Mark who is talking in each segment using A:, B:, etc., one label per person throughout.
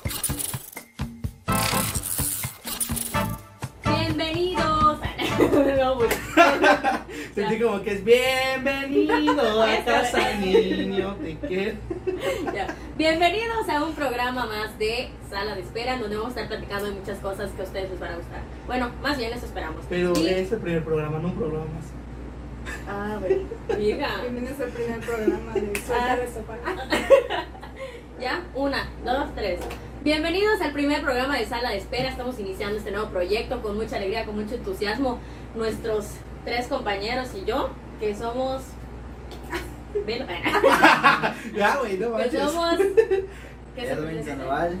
A: pues,
B: Sentí como que es bienvenido a casa, niño. ¿De qué?
A: Ya. Bienvenidos a un programa más de Sala de Espera, donde vamos a estar platicando de muchas cosas que a ustedes les van a gustar. Bueno, más bien eso esperamos.
B: Pero
A: Y-
B: es el primer programa, no un programa más.
C: Ah, bueno.
A: Amiga,
C: Bienvenidos al primer programa de Suelta Ah, de Sopa.
A: ya, una, dos, tres. Bienvenidos al primer programa de Sala de Espera. Estamos iniciando este nuevo proyecto con mucha alegría, con mucho entusiasmo. Nuestros tres compañeros y yo, que somos. Velo-
B: Ya, güey, no
A: que
B: manches.
A: somos. que Pues se
D: Edwin
A: presenten.
D: Sandoval.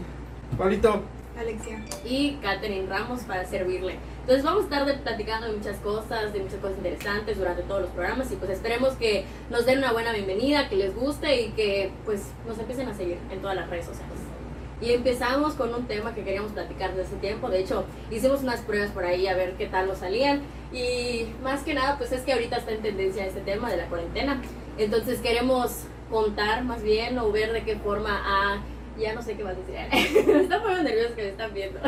B: Pablito,
C: Alexia.
A: y Katherine Ramos para servirle. Entonces vamos a estar de- platicando de muchas cosas, de muchas cosas interesantes durante todos los programas y pues esperemos que nos den una buena bienvenida, que les guste y que pues nos empiecen a seguir en todas las redes sociales. Y empezamos con un tema que queríamos platicar desde hace tiempo, de hecho hicimos unas pruebas por ahí a ver qué tal nos salían y más que nada pues es que ahorita está en tendencia este tema de la cuarentena, entonces queremos contar más bien o ver de qué forma a... Ya no sé qué vas a decir. Me están poniendo nerviosa que me están viendo.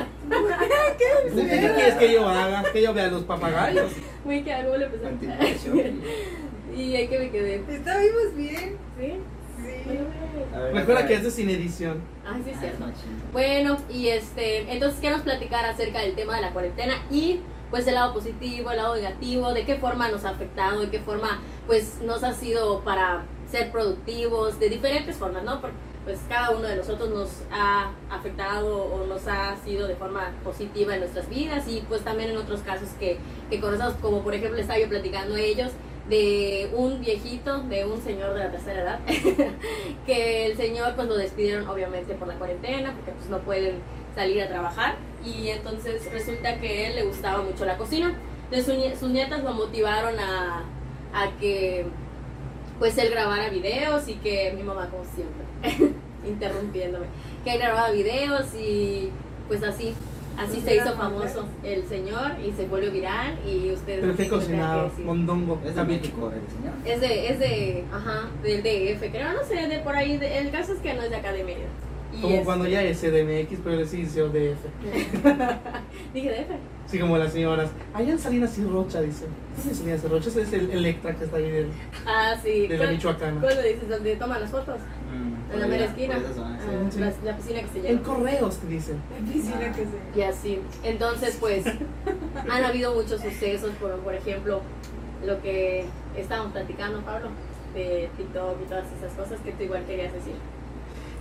B: ¿qué quieres que yo haga? ¿Que yo vea los papagayos?
A: Güey, que algo le empezó
D: Continuación.
A: Y ahí que me quedé.
C: ¿Estábamos bien?
A: ¿Sí?
C: Sí.
D: A ver,
B: Recuerda que esto es sin edición.
A: Ah, sí, es cierto.
D: Ah, sí.
A: Bueno, y este, entonces queremos platicar acerca del tema de la cuarentena y pues el lado positivo, el lado negativo, de qué forma nos ha afectado, de qué forma pues nos ha sido para ser productivos, de diferentes formas, ¿no? Porque pues cada uno de nosotros nos ha afectado o nos ha sido de forma positiva en nuestras vidas y pues también en otros casos que, que conocemos, como por ejemplo estaba yo platicando a ellos de un viejito, de un señor de la tercera edad, que el señor pues lo despidieron obviamente por la cuarentena porque pues no pueden salir a trabajar y entonces resulta que a él le gustaba mucho la cocina entonces su nie- sus nietas lo motivaron a, a que pues él grabara videos y que mi mamá como siempre interrumpiéndome que él grababa videos y pues así así se hizo famoso el señor y se volvió viral y ustedes
B: Pero
A: no
B: que
A: tienen nada que
B: cocinaba,
A: decir.
B: mondongo,
D: Es de
B: también.
D: México, el señor.
A: Es de, es de, ajá, del DF, creo, no sé, de por ahí, de- el caso es que no es de acá de Mérida. Y
B: Como
A: este-
B: cuando ya es CDMX, pero él sí inició DF.
A: Dije DF.
B: Sí, como las señoras. Allá en Salinas y Rocha, dicen. ¿Qué es Salinas y Rocha? Ese es el Electra que está ahí del-
A: Ah, sí.
B: de, la
A: ¿Cuál-
B: Michoacana.
A: cuál le dices? ¿Dónde toman las fotos?
D: Mm,
A: En la
D: por
A: mera
D: esa-
A: esquina.
D: por esa zona, sí.
A: Ah,
B: sí.
A: La, la piscina que se
B: En
A: llama.
B: correos, te dicen.
C: La piscina que se.
A: Y así. Entonces, pues, han habido muchos sucesos, por, por ejemplo, lo que estábamos platicando, Pablo, de TikTok y todas esas cosas que tú igual querías decir.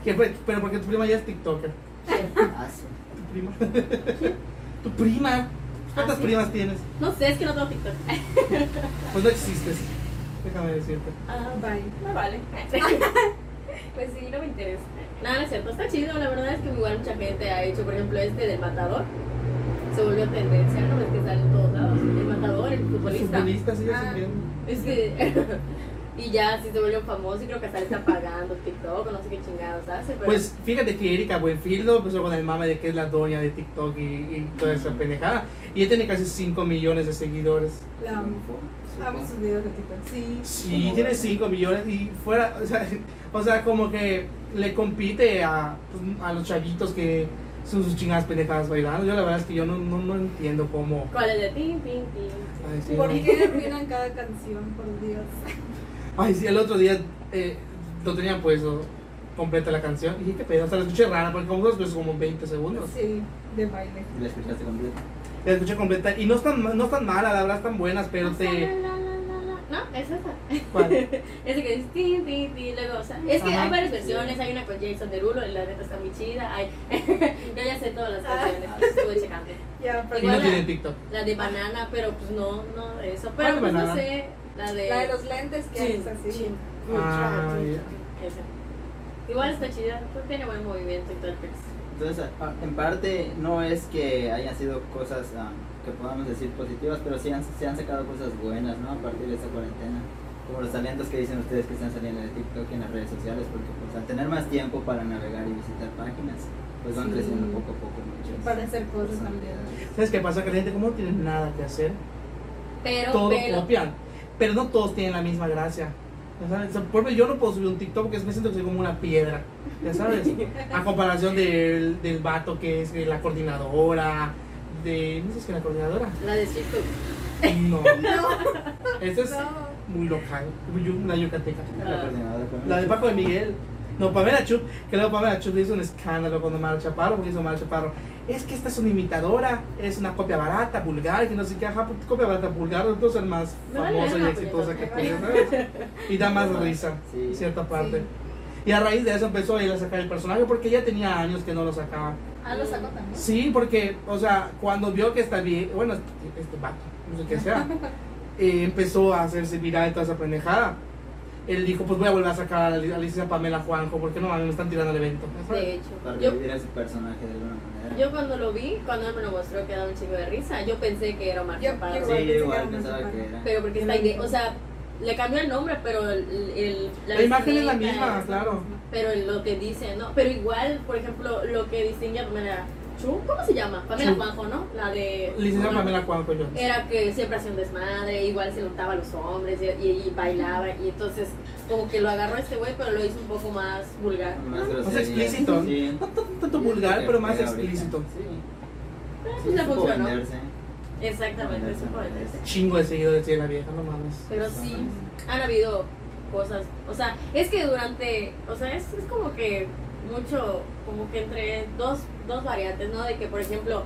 B: Que fue- pero porque tu prima ya es TikToker.
D: Ah, sí.
B: Tu prima. tu prima. ¿Cuántas
A: Ah, sí.
B: primas tienes?
A: No sé, es que no tengo TikTok.
B: Pues no existes. Déjame decirte.
A: Ah,
C: Bye.
A: No vale. pues sí, no me interesa. Nada, no es cierto. Está chido. La verdad es que igual mucha gente ha hecho, por ejemplo, este del matador. Se volvió tendencia, ¿no? Es que sale en todos lados. El matador, el futbolista.
B: Futbolistas, ellos
C: Ah.
B: también.
A: Es que... y ya, sí se volvió famoso y creo que hasta le está pagando TikTok o no sé qué chingados hace. Pero...
B: Pues fíjate que Erika Buenfildo empezó con el mame de que es la doña de TikTok y, y toda esa pendejada. Y ella tiene casi 5 millones de seguidores.
C: La amo. Amo sus videos de TikTok. Sí.
B: Sí, tiene 5 millones y fuera, o sea, o sea, como que le compite a, pues, a los chavitos que son sus chingadas pendejadas bailando. Yo la verdad es que yo no, no, no entiendo cómo...
A: ¿Cuál es de tin, tin, tin?
B: Ay, sí,
C: ¿Por
B: no.
C: qué arruinan cada canción? Por Dios.
B: Ay, sí, el otro día eh, lo tenían puesto completa la canción. Y dije, qué pedo, hasta la escuché rara, porque como unos pues, como 20 segundos.
C: Sí, de baile.
D: ¿La escuchaste completa?
B: La escuché completa. Y no están, no están malas, la verdad están buenas, pero te.
A: La, la, la, la, la. No, es esa.
B: ¿Cuál?
A: Ese que dice tin, tin, tin, luego, o sea, es que
B: Ajá.
A: hay varias versiones, hay una con Jason Derulo, la neta está muy chida, hay, yo ya sé todas las canciones,
D: Ah.
A: estuve checando,
C: Ya,
B: Y
C: perdón.
B: no tiene TikTok.
A: la de banana, pero pues no, no de eso,
B: ¿Cuál
A: pero
B: de
A: pues no
B: Banana?
A: sé, la de...
C: La de los lentes que
A: Chin,
C: haces así.
A: chin,
B: Ah,
A: chin,
B: ya.
A: chin, esa. Igual está chida, pues tiene buen movimiento y todo el pex.
D: Entonces, a- en parte no es que hayan sido cosas ah, que podamos decir positivas, pero sí han, se han sacado cosas buenas, ¿no? A partir de esta cuarentena. Como los talentos que dicen ustedes que están saliendo de TikTok y en las redes sociales, porque pues, al tener más tiempo para navegar y visitar páginas, pues van
C: Sí.
D: creciendo poco a poco muchas.
C: Para hacer cosas también.
D: personalidades.
B: ¿Sabes qué pasa? Que la gente, como no tiene nada que hacer,
A: Pero,
B: todo
A: pero,
B: copian. Pero no todos tienen la misma gracia. ¿Ya sabes? O sea, por ejemplo, yo no puedo subir un TikTok porque me siento que soy como una piedra. ¿Ya sabes? A comparación del, del vato que es la coordinadora. De. ¿No sé si es que la coordinadora?
A: la de Street Food,
B: No. Esta es
C: No.
B: muy local. yu- La yucateca.
D: La coordinadora con-
B: La de Paco de Miguel. No, Pamela Chup, que luego Pamela Chup hizo un escándalo cuando Mara Chaparro, porque hizo Mara Chaparro. Es que esta es una imitadora, es una copia barata, vulgar, que no sé qué, ajá, pues, copia barata, vulgar, entonces es más
A: No,
B: famosa
A: no,
B: y
A: no,
B: exitosa que
A: pero-
B: tiene, ¿sabes? Y da más risa,
D: Sí.
B: en cierta parte.
C: Sí.
B: Y a raíz de eso empezó ella a sacar el personaje, porque ya tenía años que no lo sacaba.
C: Ah, lo saco también.
B: Sí, porque, o sea, cuando vio que está bien, bueno, este, este vato, no sé qué sea, eh, empezó a hacerse viral y toda esa pendejada. Él dijo, pues voy a volver a sacar a la licencia Pamela Juanjo, porque no, a mí me están tirando el evento.
A: De
D: Para
A: hecho, yo,
D: vivir a su personaje de alguna manera.
A: yo cuando lo vi, cuando él me lo mostró que daba un chingo de risa, yo pensé que era Omar
C: Yo-
A: Chaparro.
C: yo
D: sí, yo igual
C: Igual,
D: pensaba
C: pensaba
D: que era.
A: Pero porque está ahí, o sea, le cambió el nombre, pero el, el-
B: La imagen es la
A: vestimenta,
B: misma, claro.
A: Pero lo que dice, ¿no? Pero igual, por ejemplo, lo que distingue a Pamela Chu, ¿cómo se llama? Pamela
B: Chu.
A: Juanjo, ¿no? La de...
B: Licencia
A: bueno,
B: Pamela Juanjo, yo.
A: Era que siempre hacía un desmadre, igual se notaba a los hombres y, y- y bailaba, y entonces como que lo agarró este güey, pero lo hizo un poco más vulgar.
D: Más
B: Más
D: grosería.
B: explícito.
D: Sí.
B: No tanto, tanto vulgar,
D: Que
B: pero más
D: pega ahorita.
B: explícito.
D: Sí.
A: Pues
D: Sí,
A: le
D: supo
A: funcionó.
D: venderse.
A: Exactamente, eso puede ser.
B: Chingo de seguidores tiene la vieja, no mames.
A: Pero sí, han habido cosas. O sea, es que durante. O sea, es, es como que mucho. Como que entre dos, dos variantes, ¿no? De que, por ejemplo.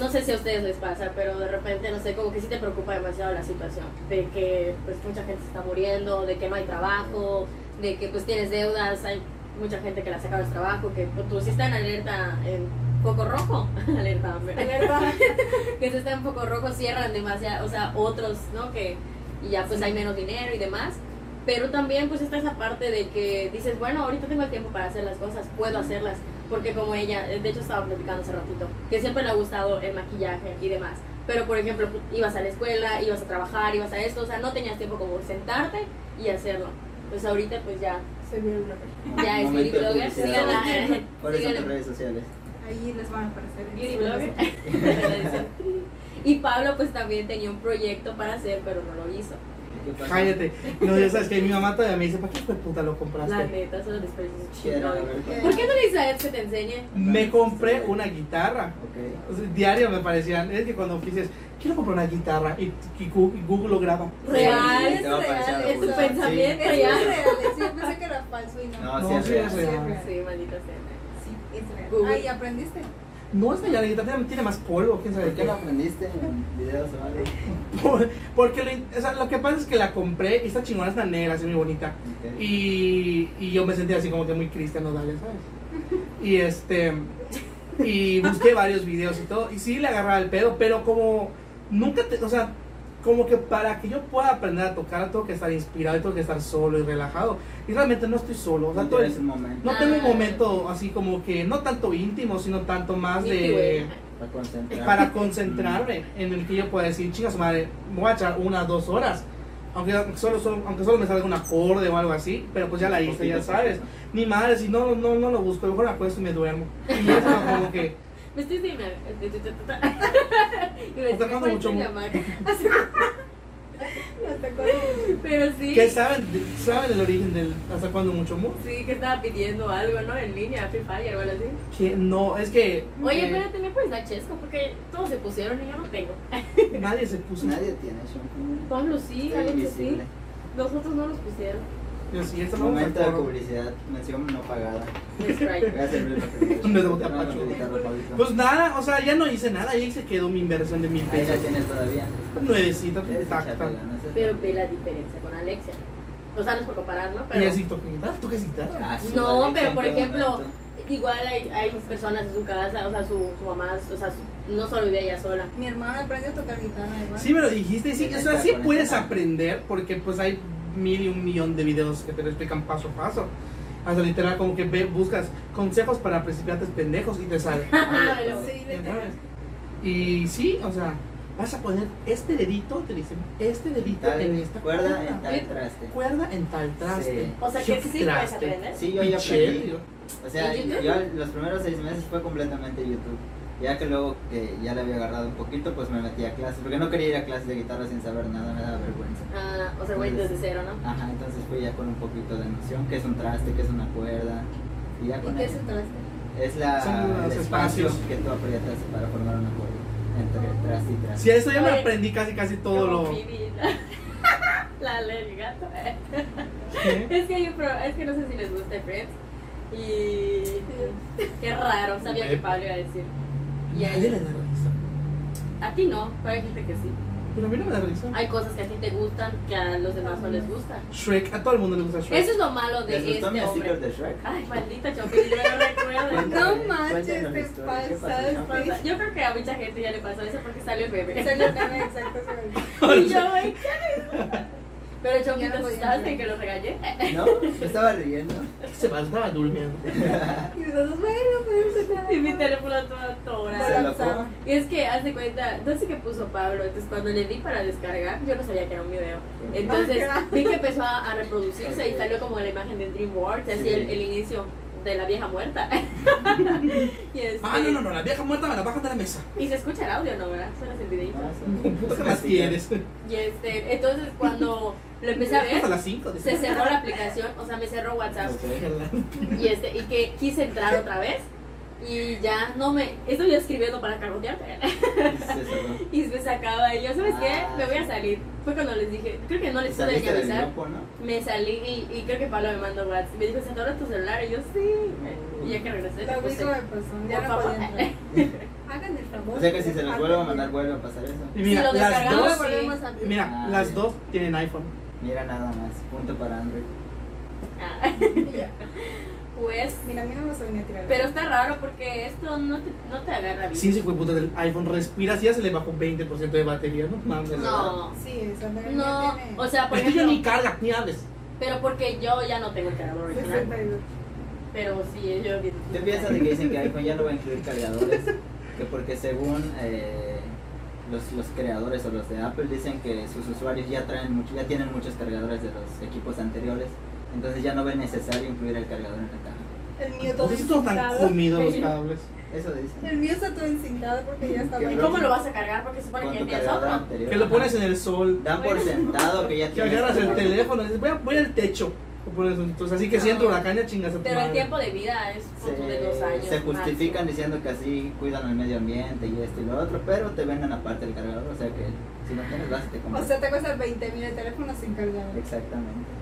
A: No sé si a ustedes les pasa, pero de repente, no sé, como que sí te preocupa demasiado la situación. De que, pues, mucha gente se está muriendo, de que no hay trabajo, de que, pues, tienes deudas, hay mucha gente que la saca del trabajo, que pues, tú sí está en alerta, en foco rojo, alerta, Amber que se está un poco rojo cierran demasiado, o sea, otros, ¿no? Que y ya pues hay menos dinero y demás. Pero también pues está esa parte de que dices, bueno, ahorita tengo el tiempo para hacer las cosas, puedo hacerlas, porque como ella, eh, de hecho estaba platicando hace ratito, que siempre le ha gustado el maquillaje y demás. Pero por ejemplo, pues, ibas a la escuela, ibas a trabajar, ibas a esto, o sea, no tenías tiempo como sentarte y hacerlo. Pues ahorita pues ya,
C: Se vio una
A: ya es beauty
D: Momento de
A: blogger, pues,
D: publicidad.
A: síganla, eh,
D: ¿Cuáles son tus
A: síganla.
D: redes sociales?
C: Ahí les van a aparecer. en
A: Beauty
C: su
A: blogger.
C: cabeza.
A: y Pablo pues también tenía un proyecto para hacer, pero no lo hizo.
D: ¿Qué pasa?
B: Cállate. No, ya sabes que mi mamá todavía me dice, ¿para qué fue puta lo
A: La
B: compraste?
A: neta, eso lo desperdicio es un
D: ¿Qué era? A
A: chingón.
D: ver,
C: ¿Qué?
A: ¿Por qué no le dices a Ed que te enseñe?
B: Me compré una guitarra.
D: Ok.
B: O sea, diario me parecían, es que cuando dices, quiero comprar una guitarra y, y Gu- y Google lo graba.
A: Real,
D: Sí, te va a
C: es real,
D: aparecer
C: es
D: algo.
C: tu
A: pensamiento,
C: Es
A: ya.
C: real, sí, yo pensé que era falso y no.
D: No,
B: No,
D: sí es
B: sí
D: real.
B: es real.
A: Sí, maldita sea.
C: Sí, es real.
A: Google.
C: Ay, ¿aprendiste?
B: No es real, la guitarra tiene- tiene más polvo, quién sabe
D: ¿Por qué
B: qué.
D: no aprendiste en videos o algo?
B: Por- Porque lo, in- o sea, lo que pasa es que la compré y esta chingona está negra, así muy bonita.
D: Ok.
B: Y, y yo me sentía así como que muy cristiano, dale, ¿sabes? Y este. Y busqué varios videos y todo. Y sí le agarraba el pedo, pero como nunca te. O sea, como que para que yo pueda aprender a tocar, tengo que estar inspirado y tengo que estar solo y relajado. Y realmente no estoy solo. O sea,
D: No
B: todo el-
D: tienes un momento
B: No tengo un
A: Ah.
B: momento así como que, no tanto íntimo, sino tanto más de.
A: Íntimo.
D: para concentrar.
B: para concentrarme en el que yo pueda decir, chicas, madre, me voy a echar una, dos horas. Aunque solo, solo- aunque solo me salga un acorde o algo así, pero pues ya la hice, ya sabes. Ni madre, si no, no, no lo busco, mejor me acuesto y me duermo. Y eso como que,
A: Me estoy diciendo. Y me
B: Está tocando mucho
A: la
B: mu-
A: mano.
C: Hasta cuando-
A: Pero sí.
B: que saben, saben el origen del hasta cuándo mucho amor?
A: Sí, que estaba pidiendo algo, ¿no? En línea, Free Fire o algo así.
B: Que no, es que
A: Oye,
B: eh,
A: espérate, ¿me puedes dar chesco? Porque todos se pusieron y yo no tengo.
B: nadie se puso.
D: Pues Nadie tiene eso. ¿no?
A: Pablo Pues sí,
D: Está
A: Alex sí.
D: invisible.
A: Nosotros no nos pusieron.
B: Yo sí, esto no
D: Momento de publicidad, mención no pagada.
A: Es right.
D: Gracias, Luis, por tu
B: Me debo de
D: No, no,
B: apacho.
D: editarlo, Pablito.
B: Pues nada, o sea, ya no hice nada, ahí se quedó mi inversión de mil
D: Ahí la
B: pesos.
D: tienes todavía.
B: Nuevecita,
D: Eres
B: tacta.
D: chapela, ¿no?
A: Pero ve la diferencia con Alexia. O sea, no es por comparar, ¿no?
B: Y
A: Pero.
B: así toqué guitarra, toqué guitarra.
D: Ah, sí,
A: No,
D: vale,
A: pero, por
D: siempre
A: ejemplo,
D: un rato.
A: Igual hay, hay personas en su casa, o sea, su, su mamá, o sea, su- no solo vive ella sola.
C: Mi hermana aprendió a tocar guitarra igual.
B: Sí me lo dijiste, sí, o sea, sí puedes aprender porque pues hay mil y un millón de videos que te lo explican paso a paso. Hasta literal como que ve, buscas consejos para principiantes pendejos y te sale.
A: Ah, pero-
C: Sí,
B: Ya
C: literal.
B: sabes. Y sí, o sea, vas a poner este dedito, te dicen, este dedito en
D: Tal
B: esta
D: cuerda en tal
B: cuerda,
D: traste.
B: cuerda en tal traste.
D: Sí.
A: O sea, que sí puedes
B: Traste.
A: aprender.
D: Sí, yo ya
B: Pichel,
D: aprendí.
B: digo.
D: O sea,
A: ¿En YouTube?
D: yo los primeros seis meses fue completamente YouTube. Ya que luego que ya le había agarrado un poquito, pues me metí a clases. Porque no quería ir a clases de guitarra sin saber nada, me daba vergüenza.
A: Ah, o sea, güey, desde cero, ¿no?
D: Ajá, entonces fui ya con un poquito de noción, que es un traste, que es una cuerda. Y ya
C: ¿Y
D: con
C: qué
D: eso.
C: se traste?
D: Es la,
B: Son los
D: el espacio
B: espacios.
D: que tú aprietas para formar una cuerda. entre
A: Oh.
D: tras y tras.
B: Si a eso ya me
A: Oye,
B: aprendí casi casi todo
A: Como
B: lo.
A: Phoebe, La, la del gato. eh.
B: ¿Qué?
A: Es que, hay un pro- es que no sé si les gusta Friends. Y. Qué raro, sabía que Pablo iba a decir. Y
B: Nadie le
A: ahí-
B: da risa.
A: a ti no, pero hay gente que sí.
B: Pero a mí no me da risa.
A: Hay cosas que a ti te gustan que a los demás no les gustan.
B: Shrek, a todo el mundo le gusta Shrek.
A: Eso es lo malo de
D: ¿Les
A: este
D: gustó mi sticker
A: hombre.
D: de Shrek?
A: Ay, maldita Chopin, yo no recuerdo.
D: Cuéntame,
C: No manches,
D: cuéntanos la
C: te
D: historia, ¿qué pasó?
C: pasaste.
D: ¿Qué pasó?
A: Yo creo que a mucha gente ya le pasó eso porque salió el bebé.
C: Es el tema exacto sobre eso.
A: Y yo, ay, ¿qué? Pero Chopin,
C: Ya
A: ¿te
C: no podía
A: asustaste
C: entrar.
A: que lo regañé?
D: No, yo estaba riendo.
A: Pues
B: Se va, estaba durmiendo.
C: Y nosotros, bueno, pues se
A: Y mi teléfono todo atorado.
D: Se lo puedo.
A: Y es que haz de cuenta, no sé qué puso Pablo, entonces cuando le di para descargar, yo no sabía que era un video. Entonces
C: Ah,
A: vi que empezó a, a reproducirse y salió como la imagen de DreamWorks, así el, el inicio de la vieja muerta. y, este,
B: Ah, no, no, no, la vieja muerta me la bajan de la mesa.
A: y se escucha el audio, ¿no? ¿Verdad? Solo es el videito.
B: ¿Qué más quieres?
A: Y este, entonces cuando lo empecé a
B: Hasta
A: ver,
B: las 5.
A: se cerró la aplicación, o sea, me cerró WhatsApp. Y este, y que quise entrar otra vez. Y ya no me. Estoy escribiendo para cargotearte. Y me sacaba y yo, ¿sabes qué?
B: Ah.
A: Me voy a salir. Fue cuando les dije, creo que no les pude ni
D: Saliste del
A: avisar.
D: grupo, ¿no?
A: Me salí y, y creo que Pablo me mandó WhatsApp. Me dijo, ¿se atora tu celular? Y yo, sí. Y ya que regresé,
C: La
A: le puse.
C: única me pasó,
A: Pues Por
C: ya no podía
A: favor.
C: entrar. Hagan el favor.
D: O sea que si se los vuelvo a mandar, vuelve a pasar eso.
B: Y
A: Si
B: mira,
A: lo
B: las
A: descargamos,
B: dos,
A: volvemos
C: a-
B: mira,
D: Ah,
B: las
D: ya.
B: dos tienen iPhone.
D: Mira nada más, punto para Android.
A: Ah,
C: Ya.
A: pues.
C: Mira, a mí no me suena a tirar.
A: Pero está raro porque esto no te, no te agarra bien.
B: Sí, sí, fue puta del iPhone. Respira, sí, ya se le bajó un 20% de batería, no mames.
A: No.
C: Sí, esa no
A: No, o sea, Ah, por
B: Pues que ya ni
A: ejemplo,
B: carga, ni hables.
A: pero porque yo ya no tengo el cargador original, pero sí, yo...
D: ¿Qué piensas de que dicen que iPhone ya no va a incluir cargadores? Que porque según eh, los, los creadores o los de Apple dicen que sus usuarios ya traen mucho, ya tienen muchos cargadores de los equipos anteriores, entonces ya no ven necesario incluir el cargador en la caja.
C: El mío todo
B: ¿Por qué están tan
C: encintado.
B: comidos los
A: Sí.
B: cables?
D: Eso
C: El
D: dicen.
C: mío está todo encintado porque ya está
D: Qué
A: ¿Y
C: mal.
A: cómo lo vas a cargar? Porque se supone
D: Con
A: que
D: tu
A: ya tienes
D: cargador
A: otro.
D: anterior.
B: Que lo pones en el sol,
D: Dan por sentado que ya
B: que
D: tienes.
B: agarras el teléfono, dices, voy, a- voy al techo. lo pones, Entonces, así que si entra huracán, ya chingas a tu
A: Pero el
B: madre.
A: tiempo de vida es como de dos años.
D: Se, se justifican
A: máximo.
D: diciendo que así cuidan el medio ambiente y esto y lo otro, pero te venden aparte el cargador, o sea que si no tienes vas y te
C: O
D: compras.
C: sea, te cuesta 20 mil de teléfono sin cargador.
D: Exactamente.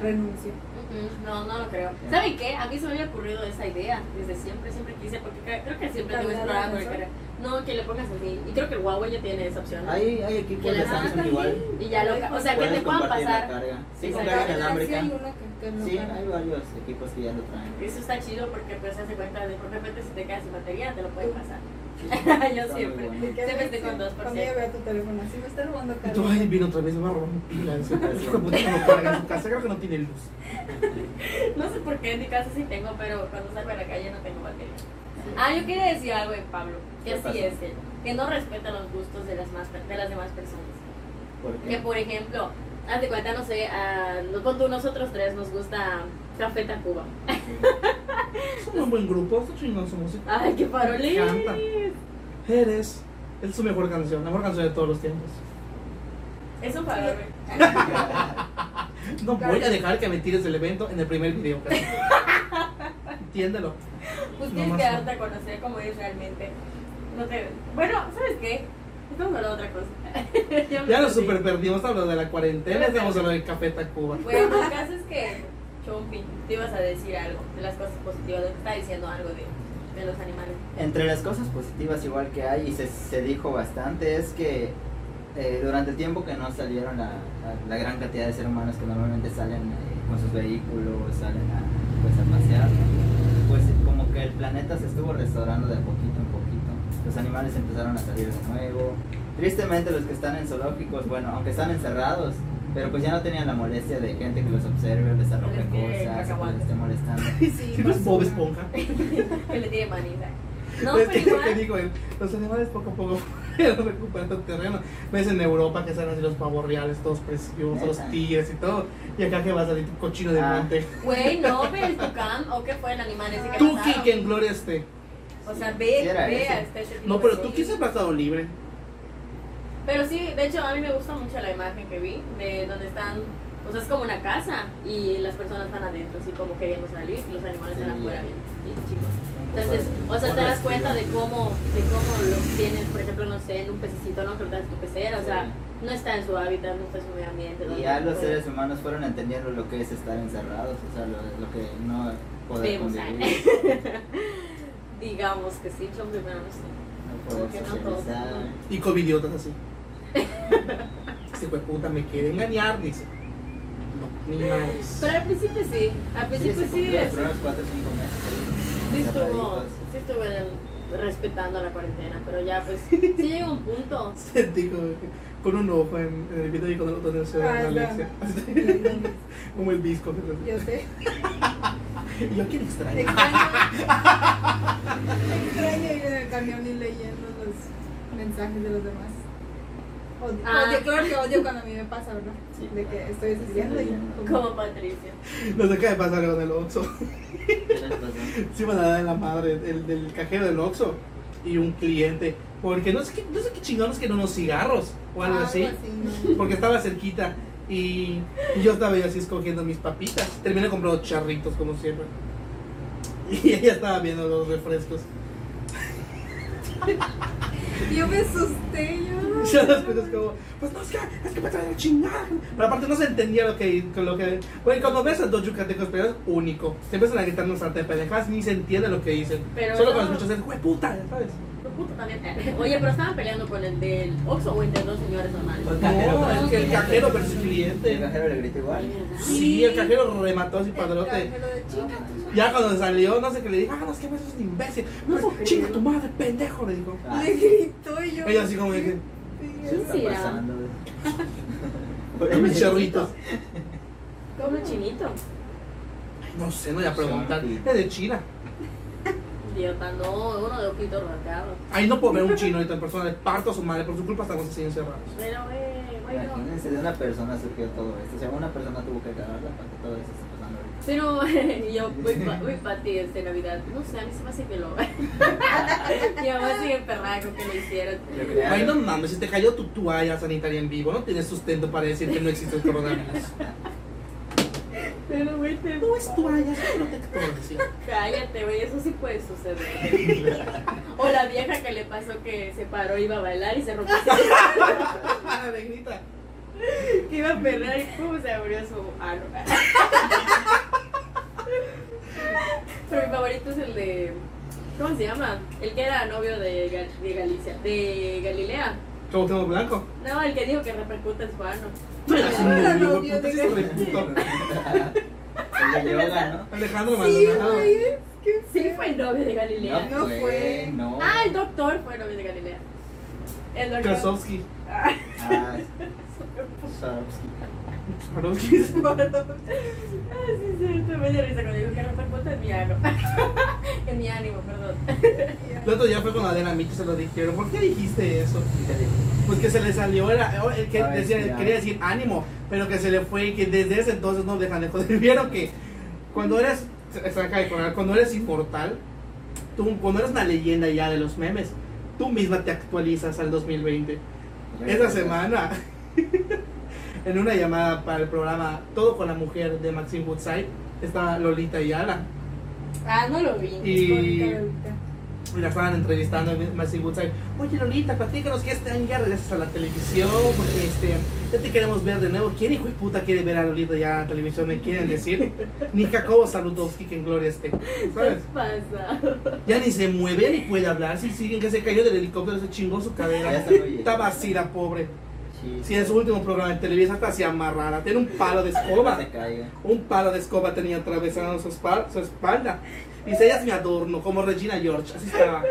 C: Renuncio.
A: Ujú, No, no lo creo. ¿Saben qué? A mí se me había ocurrido esa idea desde siempre, siempre quise, porque cre- creo que siempre tengo
C: ¿Cargar
A: ese
C: la
A: programa de
C: razón?
A: cargar. No, que le pongas así. Y creo que el Huawei ya tiene esa opción. ¿no?
D: Hay, hay equipos
A: Que le
D: de
A: das
D: Samsung
C: hasta
D: igual.
C: aquí
A: Y ya lo... ca- O sea, que
D: Puedes
A: te puedan
D: compartir la
A: pasar.
D: carga. Sí,
A: Sí,
D: con
A: sí.
D: carga
C: Sí, hay
D: inalámbrica.
C: uno que, que no
D: Sí,
C: carga.
D: hay varios equipos que ya lo traen.
A: Eso está chido porque pues se hace cuenta de por repente si te quedas sin batería te lo pueden pasar. Yo
D: Está muy
A: siempre.
D: bueno.
C: ¿Qué
A: Siempre estoy
C: dice?
A: con dos por
C: Conmigo
A: ciento.
C: veo tu teléfono. Si me está robando
B: Y tú, ay,
C: cargador.
B: vino otra vez, me va a robar mi pila. Dice,
D: Así.
B: hijo de puta, no carga en su casa, creo que no tiene luz.
A: No sé por qué en mi casa sí tengo, pero cuando salgo a la calle no tengo batería. Ah, yo quería decir algo de Pablo, que
D: ¿Qué
A: así
D: pasó?
A: es él, que no respeta los gustos de las, más, per- de las demás personas. Que
D: Porque
A: por ejemplo, haz de cuenta, no sé, a no- pon tú, nosotros tres nos gusta Café Tacuba.
B: Somos un buen grupo, está chingón su música.
A: Ay, qué parolín.
B: Canta. Eres, es su mejor canción, la mejor canción de todos los tiempos.
A: Es un farol.
B: No
C: Claro.
B: voy a dejar que me tires el evento en el primer video. cariño. Entiéndelo.
A: Pues
B: No
A: tienes
B: más
A: que
B: no.
A: darte a conocer cómo es realmente. No te... Bueno, ¿sabes qué? Estamos hablando de otra cosa. ya me
B: Ya lo
A: perdí.
B: super perdimos, hablando de la cuarentena, estamos hablando de Café Tacuba.
A: Bueno, el caso es que, Chompi, te ibas a decir algo de las cosas positivas, de que está diciendo algo de, de los animales.
D: entre las cosas positivas igual que hay, y se, se dijo bastante, es que eh, durante el tiempo que no salieron la, la- la gran cantidad de seres humanos que normalmente salen eh, con sus vehículos, salen a, pues, a pasear, pues como que el planeta se estuvo restaurando de a poquito en poquito. Los animales empezaron a salir de nuevo. Tristemente los que están en zoológicos, bueno, aunque están encerrados, pero pues ya no tenían la molestia de gente que los observe, les arroje
A: Les tire
D: cosas, que
A: cacahuates.
D: les esté molestando.
C: Sí,
B: Si no es Bob
C: basura.
B: Esponja.
A: que le tiene manita. No,
B: es
A: pero
B: que lo que
A: igual.
B: digo él, los animales poco a poco fueron recuperando terreno. Ves en Europa que salen así los pavos reales, todos preciosos, los
D: Neta.
B: tigres y todo. Y acá que vas a salir tu cochino de
D: Ah.
B: monte.
A: Güey, no, ve el tucán o qué fue el animal ese que
B: Tuki,
A: mataron?
B: que en gloria esté.
A: O sea,
D: Sí,
A: ve,
D: era
A: ve
D: ese.
A: a este tipo
B: No,
A: de
B: pero
A: cosas.
B: Tuki siempre ha estado libre.
A: Pero sí, de hecho, a mí me gusta mucho la imagen que vi de donde están. O sea, es como una casa y las personas están adentro, así como queriendo salir y los animales están
D: Sí.
A: afuera. Bien, bien chicos.
D: En
A: Entonces, o sea, te das cuenta de cómo, de cómo los tienes, por ejemplo, no sé, en un pececito, no cortas tu pecera, o sea, no está en su hábitat, no está en su medio ambiente.
D: Y
A: donde
D: ya los
A: puede-
D: seres humanos fueron entendiendo lo que es estar encerrados, o sea, lo, lo que no poder
A: Vemos,
D: convivir,
A: Digamos que sí, yo primero no sé.
D: no
A: Como
D: poder
A: que no todos,
D: socializar.
A: ¿no?
B: Y con idiotas así. Este hijo de puta me quiere engañar, dice. No, ni más.
A: Pero al principio sí, al
D: Sí,
A: principio
D: se
A: Pues sí,
D: cumplió los
A: sí,
D: primeros cuatro o cinco meses.
A: sí estuvo,
D: encerraditos.
A: sí estuvo en- respetando la cuarentena, pero ya pues sí llega un punto.
B: Se dijo, con un ojo en, en el video y con el otro en el celular,
C: Ah, ya.
B: Alexia. Como el disco.
C: Yo sé.
B: Y yo quiero
C: Te
B: extraño.
C: extraño. Te extraño ir en el camión y leyendo los mensajes de los demás. Odio,
A: Ah.
C: odio, claro que odio cuando a mí me pasa, ¿verdad?
D: Sí.
C: De que estoy estudiando y
A: Como Patricia.
B: Nos acaba de pasar con el Oxxo.
D: ¿Qué les pasó?
B: Sí, me la da de la madre, el del cajero del Oxxo y un cliente. Porque no sé qué, no sé qué chingones que no unos cigarros o Ah, algo así.
C: ¿no?
B: Porque estaba cerquita y, y yo estaba yo así escogiendo mis papitas. Terminé comprando charritos como siempre. Y ella estaba viendo los refrescos.
C: Yo me asusté, yo.
B: Y yo después es como, pues no, es que, es que me traen a chingar. Pero aparte no se entendía lo que... con Lo que bueno, cuando ves a dos yucatecos peleados, único. Se empiezan a gritar una sartén de pendejadas, ni se entiende lo que dicen.
A: Pero
B: Solo
A: no.
B: cuando escuchas el, güey, puta, ya sabes.
A: Pero puto también. Oye, pero estaban peleando con el del Oxxo o entre dos señores normales.
D: Pues, Cajero
B: No,
D: versus
B: es que el
D: cliente.
B: cajero versus
D: El
B: cliente.
D: cajero le gritó
A: Ay,
D: igual.
A: ¿verdad?
B: Sí, el cajero remató así padrote.
C: Lo de
D: No,
C: chica.
D: manches.
B: Ya cuando salió, no sé qué le dije, ah, no, es que me haces un imbécil. No,
A: No puedo
B: chinga
A: creer.
B: tu madre, pendejo, le dijo.
D: Ah,
C: Le gritó y yo.
B: Ella así como
C: sí,
B: dije,
C: sí,
D: ¿Qué está
A: Sí, ah.
D: pasando?
B: dame charritos.
A: Como un chinito.
B: No sé, no voy a preguntar.
D: Sí.
B: Es de China.
A: Idiota, no, uno de ojito rasgado.
B: Ahí no puedo ver un chino ahorita en persona, le parto a su madre, por su culpa estamos así encerrados.
A: Pero, eh, bueno.
D: Imagínense, de una persona surgió todo esto. O sea, una persona tuvo que acabar la parte todo eso está pasando ahorita.
A: Pero eh, yo, uy, pa, uy, Pati, este Navidad, no sé, a mí se me hace que lo. Mi mamá sigue perra con que lo hicieron.
D: Yo creía-
B: Ay, no mames, si te cayó tu toalla sanitaria en vivo, no tienes sustento para decir que no existe el coronavirus.
A: Pero, güey, te.
B: No es toalla, es un protector. sí.
A: Cállate, güey, eso sí puede suceder. O la vieja que le pasó que se paró, iba a bailar y se rompió.
B: Ah, la negrita.
A: Que iba a perder y pum, se abrió su ano. Pero mi favorito es el de. ¿Cómo se llama? El que era novio de, Gal- de Galicia, de Galilea.
B: Como tengo blanco.
A: No, el que dijo que repercute en su ano.
C: Ah,
B: Yo,
C: no,
B: puta,
C: Dios,
B: ese
C: diga-
B: hijo de puto.
D: El de yoga, ¿no?
B: Alejandro
C: Sí,
B: Maldonado.
C: güey, es que
A: Sí, fue el novio de Galilea.
C: No fue.
D: No.
A: Ah, el doctor fue el novio de Galilea. El doctor.
B: Krasovsky.
D: Ah, Swarovski.
B: Krasovsky.
A: Ah, sí, cierto, me dio risa cuando dijo que repercute en mi ano. en mi ánimo, perdón.
B: El otro día fue con Adela Micho se lo dijeron. ¿Por qué dijiste eso?
D: ¿Qué dijo?
B: Pues que se le salió era- el que
D: Ay,
B: decía-
D: sí, ya.
B: quería decir ánimo, pero que se le fue y que desde ese entonces no dejan de joder. Vieron que cuando eres, se acaba de acordar, cuando eres inmortal, tú, cuando eres una leyenda ya de los memes, tú misma te actualizas al 2020. Esa semana, en una llamada para el programa Todo con la Mujer de Maxine Woodside, estaba Lolita y Alan.
A: Ah, no lo vi.
B: Y
C: Ahorita.
B: y la estaban entrevistando en Massive Woodside. Oye, Lolita, platícanos que este año ya regresas a la televisión, porque este, ya te queremos ver de nuevo. ¿Quién hijo de puta quiere ver a Lolita ya en la televisión? ¿Me quieren decir? Ni Jacobo Saludowski, que en gloria esté.
A: ¿Qué
B: ¿Sabes?
A: pasa?
B: Ya ni se mueve, ni puede hablar. Si siguen que se cayó del helicóptero, se chingó su cadera. Está vacila, pobre.
D: Sí.
B: Si en su último programa de televisión hasta se amarrara. Tiene un palo de escoba.
D: Que se caiga.
B: Un palo de escoba tenía atravesado su, espal- su espalda. Y dice, ella es mi adorno, como Regina George. Así estaba.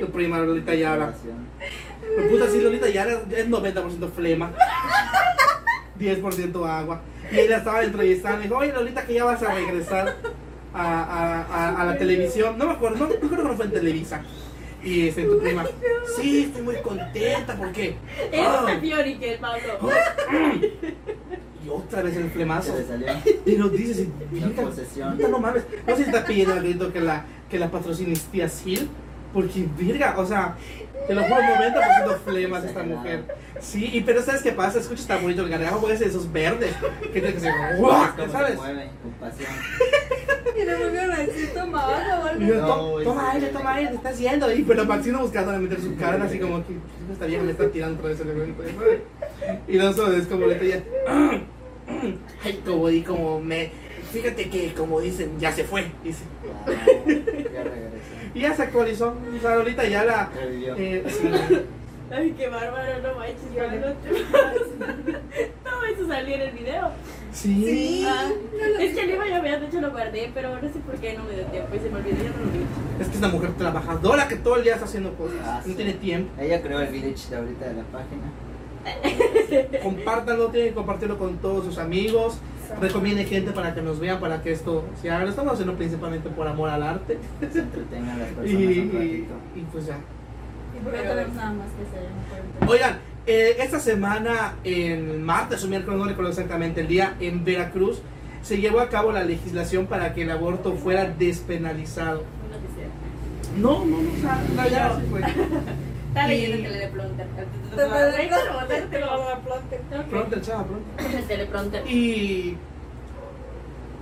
B: Tu prima Lolita Yara. Pero puta, sí, Lolita Yara es 90% flema. 10% agua. Y ella estaba entrevistando. y Dijo, oye Lolita, que ya vas a regresar a, a- a- a la televisión. No me acuerdo, no, no creo que no fue en Televisa. Y este, tu prima, sí, estoy muy contenta porque...
A: Eso es Fiori que el Pablo.
B: Y otra vez el
D: Se
B: flemazo.
D: le salió
B: Y nos dices,
D: la
B: "Virga,
D: posesión.
B: Puta, no mames, no se está pidiendo al grito que la, que la patrocines tía Sil, porque virga, o sea, te lo juro, 90% flemas esta mujer. Sí, y pero ¿sabes qué pasa? Escucha, está bonito el gargajo, porque es de esos verdes, que tiene que ser
D: Es
B: guau,
D: como se
B: ¿sabes?
D: mueve, con pasión.
C: Y le volvieron a decir, toma agua o
B: Y
C: algo.
B: yo,
D: No,
B: "Toma-
D: güey,
B: toma
D: sí.
B: aire, toma aire, te estás yendo. Y pues la Maxino buscando meter su cara así como que esta vieja me está tirando otra vez el evento. Y no solo es como le decía, ay, como di, como me. Fíjate que como dicen, ya se fue. Dice.
D: Ah, ya regresó.
B: Y ya se actualizó. O sea, ahorita ya la.
D: Revivió.
B: eh,
A: Ay, qué bárbaro, no manches,
C: Yo
A: no
C: le-
A: No, eso salió en el video.
B: sí.
C: Sí.
A: Ah,
C: no lo
A: es que el libro ya había, de hecho lo guardé, pero no sé por qué no me dio tiempo y se me olvidó, ya no lo vi.
B: Es que es una mujer trabajadora que todo el día está haciendo cosas.
D: Ah,
B: no
D: sí.
B: tiene tiempo.
D: Ella creó el village de ahorita de la página.
B: Compártanlo, tienen que compartirlo con todos sus amigos. Recomiende gente para que nos vean, para que esto se haga. Lo estamos haciendo principalmente por amor al arte.
D: Que se entretengan las
B: Y,
D: personas un
B: y-
D: ratito.
B: y pues ya.
C: Y porque no tenemos nada más que hacer. ya no podemos tener-
B: Oigan, eh, esta semana, en martes o miércoles, no recuerdo exactamente el día, en Veracruz se llevó a cabo la legislación para que el aborto fuera despenalizado.
A: No quisiera.
B: No, no, no, o sea, no, ya sí fue.
A: Está
B: Y-
A: leyendo el teleprompter.
C: Te lo
A: Ahí te lo boté, te lo boté.
B: Pronto, el chava, pronto.
A: El teleprompter.
B: Y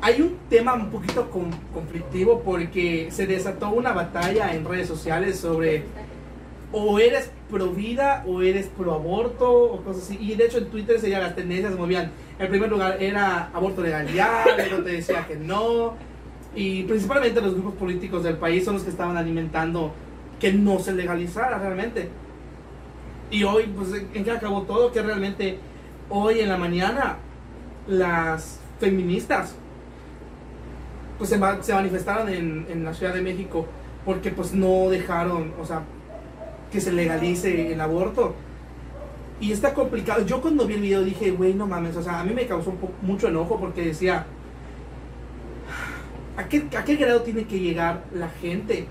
B: hay un tema un poquito con- conflictivo porque se desató una batalla en redes sociales sobre o eres pro vida o eres pro aborto o cosas así. Y de hecho en Twitter se ya las tendencias se movían. En primer lugar era aborto legal ya, luego te decía que no. Y principalmente los grupos políticos del país son los que estaban alimentando que no se legalizara realmente. Y hoy, pues, ¿en- ¿en qué acabó todo? Que realmente hoy en la mañana las feministas pues se, ma- se manifestaron en, en la Ciudad de México porque pues no dejaron, o sea, que se legalice el aborto. Y está complicado. Yo cuando vi el video dije, güey, no mames, o sea, a mí me causó un po- mucho enojo porque decía, ¿a qué, ¿a qué grado tiene que llegar la gente?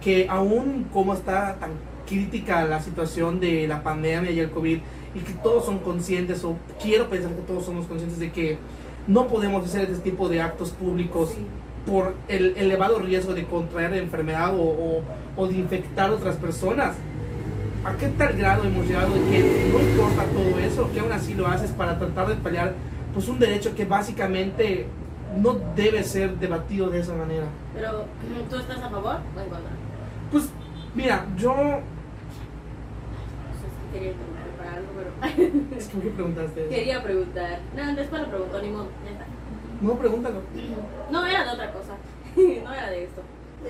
B: Que aún como está tan crítica la situación de la pandemia y el COVID, y que todos son conscientes, o quiero pensar que todos somos conscientes de que no podemos hacer este tipo de actos públicos
C: Sí.
B: por el elevado riesgo de contraer enfermedad o, o- o de infectar a otras personas. ¿A qué tal grado hemos llegado de que no importa todo eso, que aún así lo haces para tratar de paliar pues un derecho que básicamente no debe ser debatido de esa manera?
A: Pero, ¿tú estás a favor o en contra?
B: Pues mira, yo...
A: No sé si quería preguntar para algo, pero...
B: Es que ¿por qué preguntaste?
A: quería preguntar. No, después lo preguntó, ni modo, ya está.
B: No, pregúntalo.
A: No, era de otra cosa. No era de esto.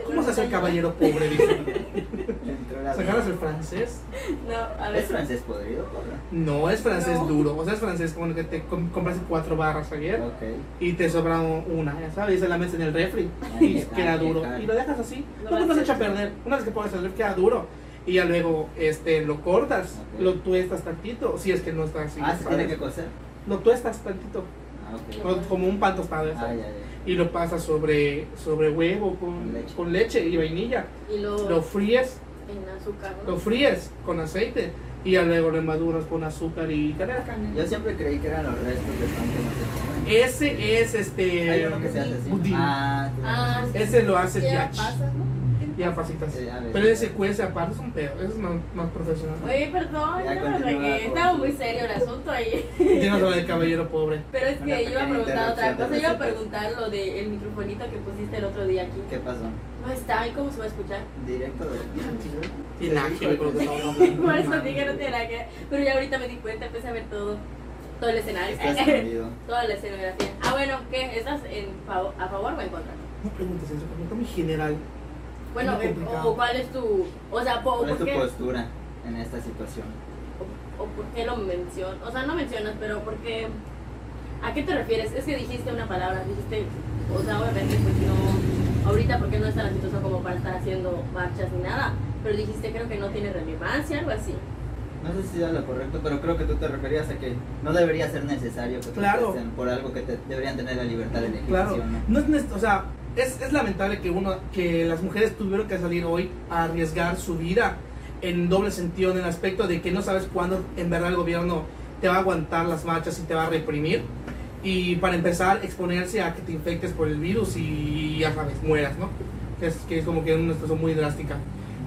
B: ¿Cómo se hace el caballero pobre? Dice?
D: Entró la-
B: ¿Sacaras el francés?
A: No, a
D: ¿Es
A: ver.
D: francés podrido? Pablo?
B: No, es francés
C: No.
B: duro. O sea, es francés como que te com- compras cuatro barras ayer
D: Ok.
B: y te sobra una, ya sabes, y se la metes en el refri y
D: Ay,
B: queda
D: ay,
B: duro.
D: ay.
B: Y lo dejas así,
A: Lo
B: luego no
A: vas
B: se echa a perder. Una vez que pones el refri queda duro. Y ya luego este, lo cortas,
D: Ok.
B: lo tuestas tantito, si es que no está así.
D: Ah, se
B: ¿sabes?
D: tiene que coser.
B: Lo tuestas tantito,
D: Ah, ok.
B: o como un pan tostado. ya
D: Ah,
B: sabes.
D: ya, ya.
B: Y lo pasas sobre, sobre huevo con
D: Con leche.
B: con leche y vainilla.
A: Y
B: Lo
A: lo
B: fríes
A: en azúcar, ¿no?
B: lo fríes con aceite y ya luego lo maduras con azúcar y canela.
D: Yo siempre creí que eran los restos de pan que no se comen.
B: Ese es este.
D: Hay uno que se hace así.
B: budín.
D: Ah, tiene
A: Ah,
D: razón.
B: Ese lo hace
C: Ya
B: ya.
C: pasa, ¿no?
B: Ya pasitas.
D: Sí, Eh, a ver.
B: Pero ese cuece aparte es un pedo. Ese es más, más profesional.
A: Oye, perdón,
D: Ya
A: no me
D: continúa,
A: regué.
D: por
A: Estaba
D: favor.
A: muy serio el asunto ahí.
B: Tienes lo del caballero pobre.
A: Pero es
D: Una
A: que iba a
D: pequeña
A: preguntar otra cosa.
D: interrupción de
A: Iba a
D: recetas.
A: preguntar lo del microfonito que pusiste el otro día aquí.
D: ¿Qué pasó?
A: No está, ¿y cómo se va a escuchar?
D: Directo de.
B: Ah, Y nada, que ver con lo que estamos hablando.
A: Por eso dije no tiene nada que ver. Pero ya ahorita me di cuenta, empecé a ver todo. Todo el escenario.
D: Está escondido.
A: Toda la escenografía. Ah, bueno, ¿qué? ¿Estás en fav- a favor o en contra?
B: No preguntes eso, porque mi general.
A: Bueno, eh,
B: Muy complicado.
A: o, o cuál es tu. O sea, po-
D: ¿Cuál es
A: ¿por
D: tu
A: qué?
D: postura en esta situación?
A: o, o por qué lo mencionas? O sea, no mencionas, pero porque ¿a qué te refieres? Es que dijiste una palabra, dijiste, o sea, obviamente pues no, ahorita porque no está la situación como para estar haciendo marchas ni nada, pero dijiste creo que no tiene relevancia, algo así.
D: No sé si era lo correcto, pero creo que tú te referías a que no debería ser necesario que
B: Claro.
D: protesten por algo que te- deberían tener la libertad de elegir.
B: Claro.
D: ¿sí o no?
B: No es, nec- o sea, es, es lamentable que uno, que las mujeres tuvieron que salir hoy a arriesgar su vida en doble sentido, en el aspecto de que no sabes cuándo en verdad el gobierno te va a aguantar las marchas y te va a reprimir. Y para empezar, exponerse a que te infectes por el virus y ya sabes, mueras, ¿no? Que es, que es como que una situación muy drástica.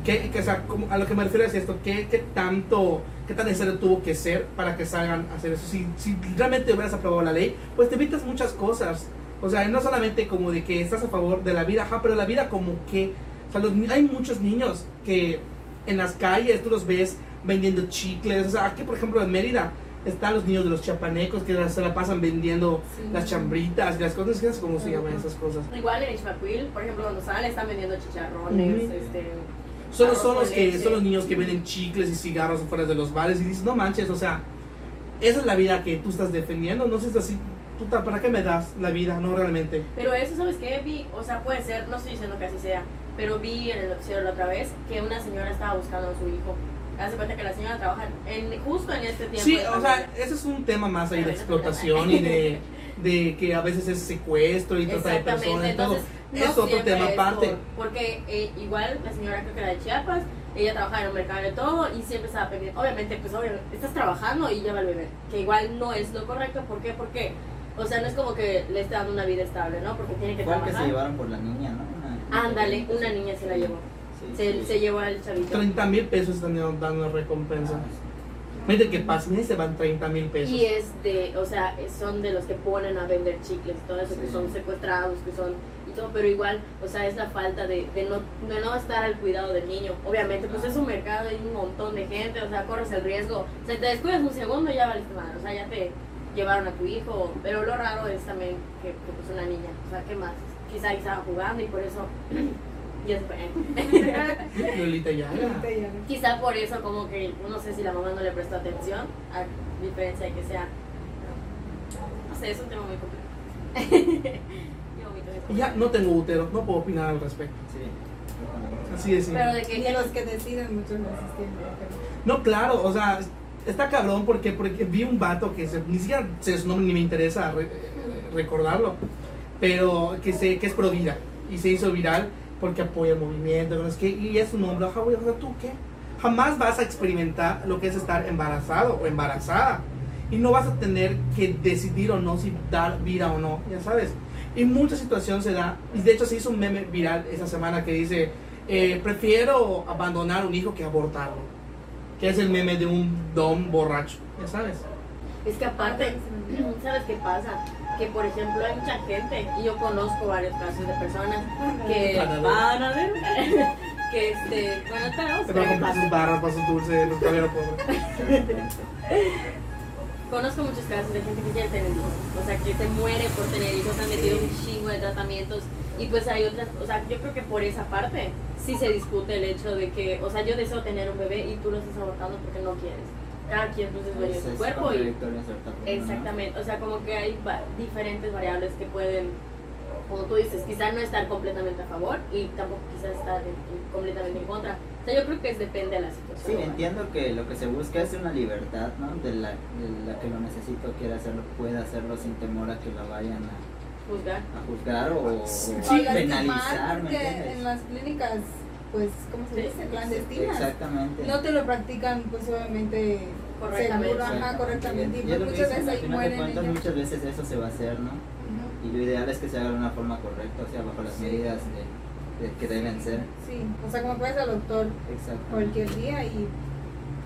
B: ¿Qué, que, o sea, como- a lo que me refiero es esto, ¿qué, qué tanto, qué tan necesario tuvo que ser para que salgan a hacer eso? Si, si realmente hubieras aprobado la ley, pues te evitas muchas cosas. O sea, no solamente como de que estás a favor de la vida, ajá, pero la vida como que... O sea, los ni- hay muchos niños que en las calles tú los ves vendiendo chicles. O sea, aquí por ejemplo en Mérida están los niños de los chapanecos que se la pasan vendiendo
C: Sí.
B: las chambritas, las cosas, ¿qué es? ¿cómo se llaman
C: Ajá.
B: esas cosas?
A: Igual en Ixmaquil, por ejemplo, cuando salen están vendiendo chicharrones,
B: Ujú.
A: este,
B: Solo
A: Arroz
B: son los
A: con
B: que
A: leche.
B: son los niños que venden chicles y cigarros afuera de los bares y dices, no manches, o sea, esa es la vida que tú estás defendiendo, no seas así, puta, ¿para qué me das la vida? No realmente.
A: Pero eso, ¿sabes qué? Vi, o sea, puede ser, no estoy diciendo que así sea, pero vi en el noticiero la otra vez que una señora estaba buscando a su hijo. Hace cuenta que la señora trabaja en, justo en este tiempo.
B: Sí,
A: de
B: o sea,
A: pandemia.
B: ese es un tema más ahí de
A: Pero no es un
B: explotación y de, de que a veces es secuestro y trata de personas
A: Exactamente,
B: y todo.
A: entonces
B: es otro
A: siempre
B: tema
A: es
B: aparte.
A: por- porque eh, igual la señora creo que era de Chiapas, ella trabajaba en un mercado y todo y siempre estaba pendiente. Obviamente, pues obviamente, estás trabajando y lleva al bebé, que igual no es lo correcto. ¿Por qué? Porque, o sea, no es como que le está dando una vida estable, ¿no? Porque tiene que
D: Igual que se
A: trabajar.
D: llevaron por la niña, ¿no? Una-
A: Ándale, una niña se la llevó.
D: Sí,
A: Se,
D: sí.
A: se llevó al chavito.
B: 30 mil pesos están dando
D: Ah,
B: recompensa. Mete que pasen y se van 30 mil pesos.
A: Y es de, o sea, son de los que ponen a vender chicles, todo eso, que
D: Sí.
A: son secuestrados, que son y todo, pero igual, o sea, es la falta de, de, no, de no estar al cuidado del niño. Obviamente, pues es un mercado, hay un montón de gente, o sea, corres el riesgo. O sea, te descuidas un segundo y ya valiste mal, o sea, ya te llevaron a tu hijo, pero lo raro es también que, que, pues una niña, o sea, ¿qué más? Quizá ahí estaba jugando y por eso ya se fue.
B: Lolita Yala.
C: Ahorita ya no.
A: Quizá por eso como que no sé si la mamá no le prestó atención, a diferencia de que sea... No sé, es un tema muy complejo. Yo vomito en este
B: Ya
A: momento.
B: no tengo útero, no puedo opinar al respecto.
D: Sí.
B: Así es.
A: Pero de que
C: Y los que deciden muchas veces tienen que
B: No, claro, o sea, está cabrón porque, porque vi un vato que se- ni siquiera se su nombre ni me interesa re- recordarlo, pero que, se, que es pro vida y se hizo viral porque apoya el movimiento, no sé qué, y es un hombre, ajá, güey, o sea, ¿tú qué? Jamás vas a experimentar lo que es estar embarazado o embarazada y no vas a tener que decidir o no si dar vida o no, ya sabes. Y mucha situación se da, y de hecho se hizo un meme viral esa semana que dice, eh, prefiero abandonar un hijo que abortarlo que es el meme de un don borracho, ya sabes.
A: Es que aparte, ¿sabes qué pasa? Que por ejemplo hay mucha gente, y yo conozco varios casos de personas que
B: Van a ver.
A: van a ver, que este, bueno, esperamos
B: Se
A: que
B: va
A: no
B: a comprar sus
A: pase.
B: barras para sus dulces, los caballeros pobres.
A: Conozco muchos casos de gente que quiere tener hijos, o sea, que se muere por tener hijos, han metido un chingo de tratamientos y pues hay otras, o sea, yo creo que por esa parte sí se discute el hecho de que, o sea, yo deseo tener un bebé y tú lo estás abortando porque no quieres. Cada quien pues es dueño de
D: Pues
A: su
D: es
A: cuerpo y...
D: contradictorio en cierta forma, ¿no?
A: Exactamente, o sea, como que hay va- diferentes variables que pueden, como tú dices, quizás no estar completamente a favor y tampoco quizás estar en- en- completamente en contra. O sea, yo creo que es depende de la situación.
D: Sí,
A: ¿no?
D: entiendo que lo que se busca es una libertad, ¿no? De la, de la que lo necesito quiere hacerlo, puede hacerlo sin temor a que lo vayan a,
A: Juzgar.
D: a juzgar o, o
B: Sí,
C: O las
D: penalizar,
C: demás,
D: ¿me
C: porque
D: entiendes?
C: en las clínicas, pues, ¿cómo se
A: Sí.
C: dice? Clandestinas.
D: Exactamente.
C: No te lo practican, pues, obviamente,
A: Correctamente.
C: seguro, ajá,
D: Exactamente.
C: correctamente. Y
D: Y es
C: pues,
D: lo que
C: muchas
D: dicen,
C: veces
D: al
C: ahí
D: final de
C: mueren
D: cuentas,
C: ellos.
D: muchas veces eso se va a hacer, ¿no?
C: Ujú.
D: Y lo ideal es que se haga de una forma correcta, o sea, bajo las
C: Sí.
D: medidas de, de- que deben ser.
C: Sí, o sea, como puedes al doctor
D: Exacto.
C: cualquier día y,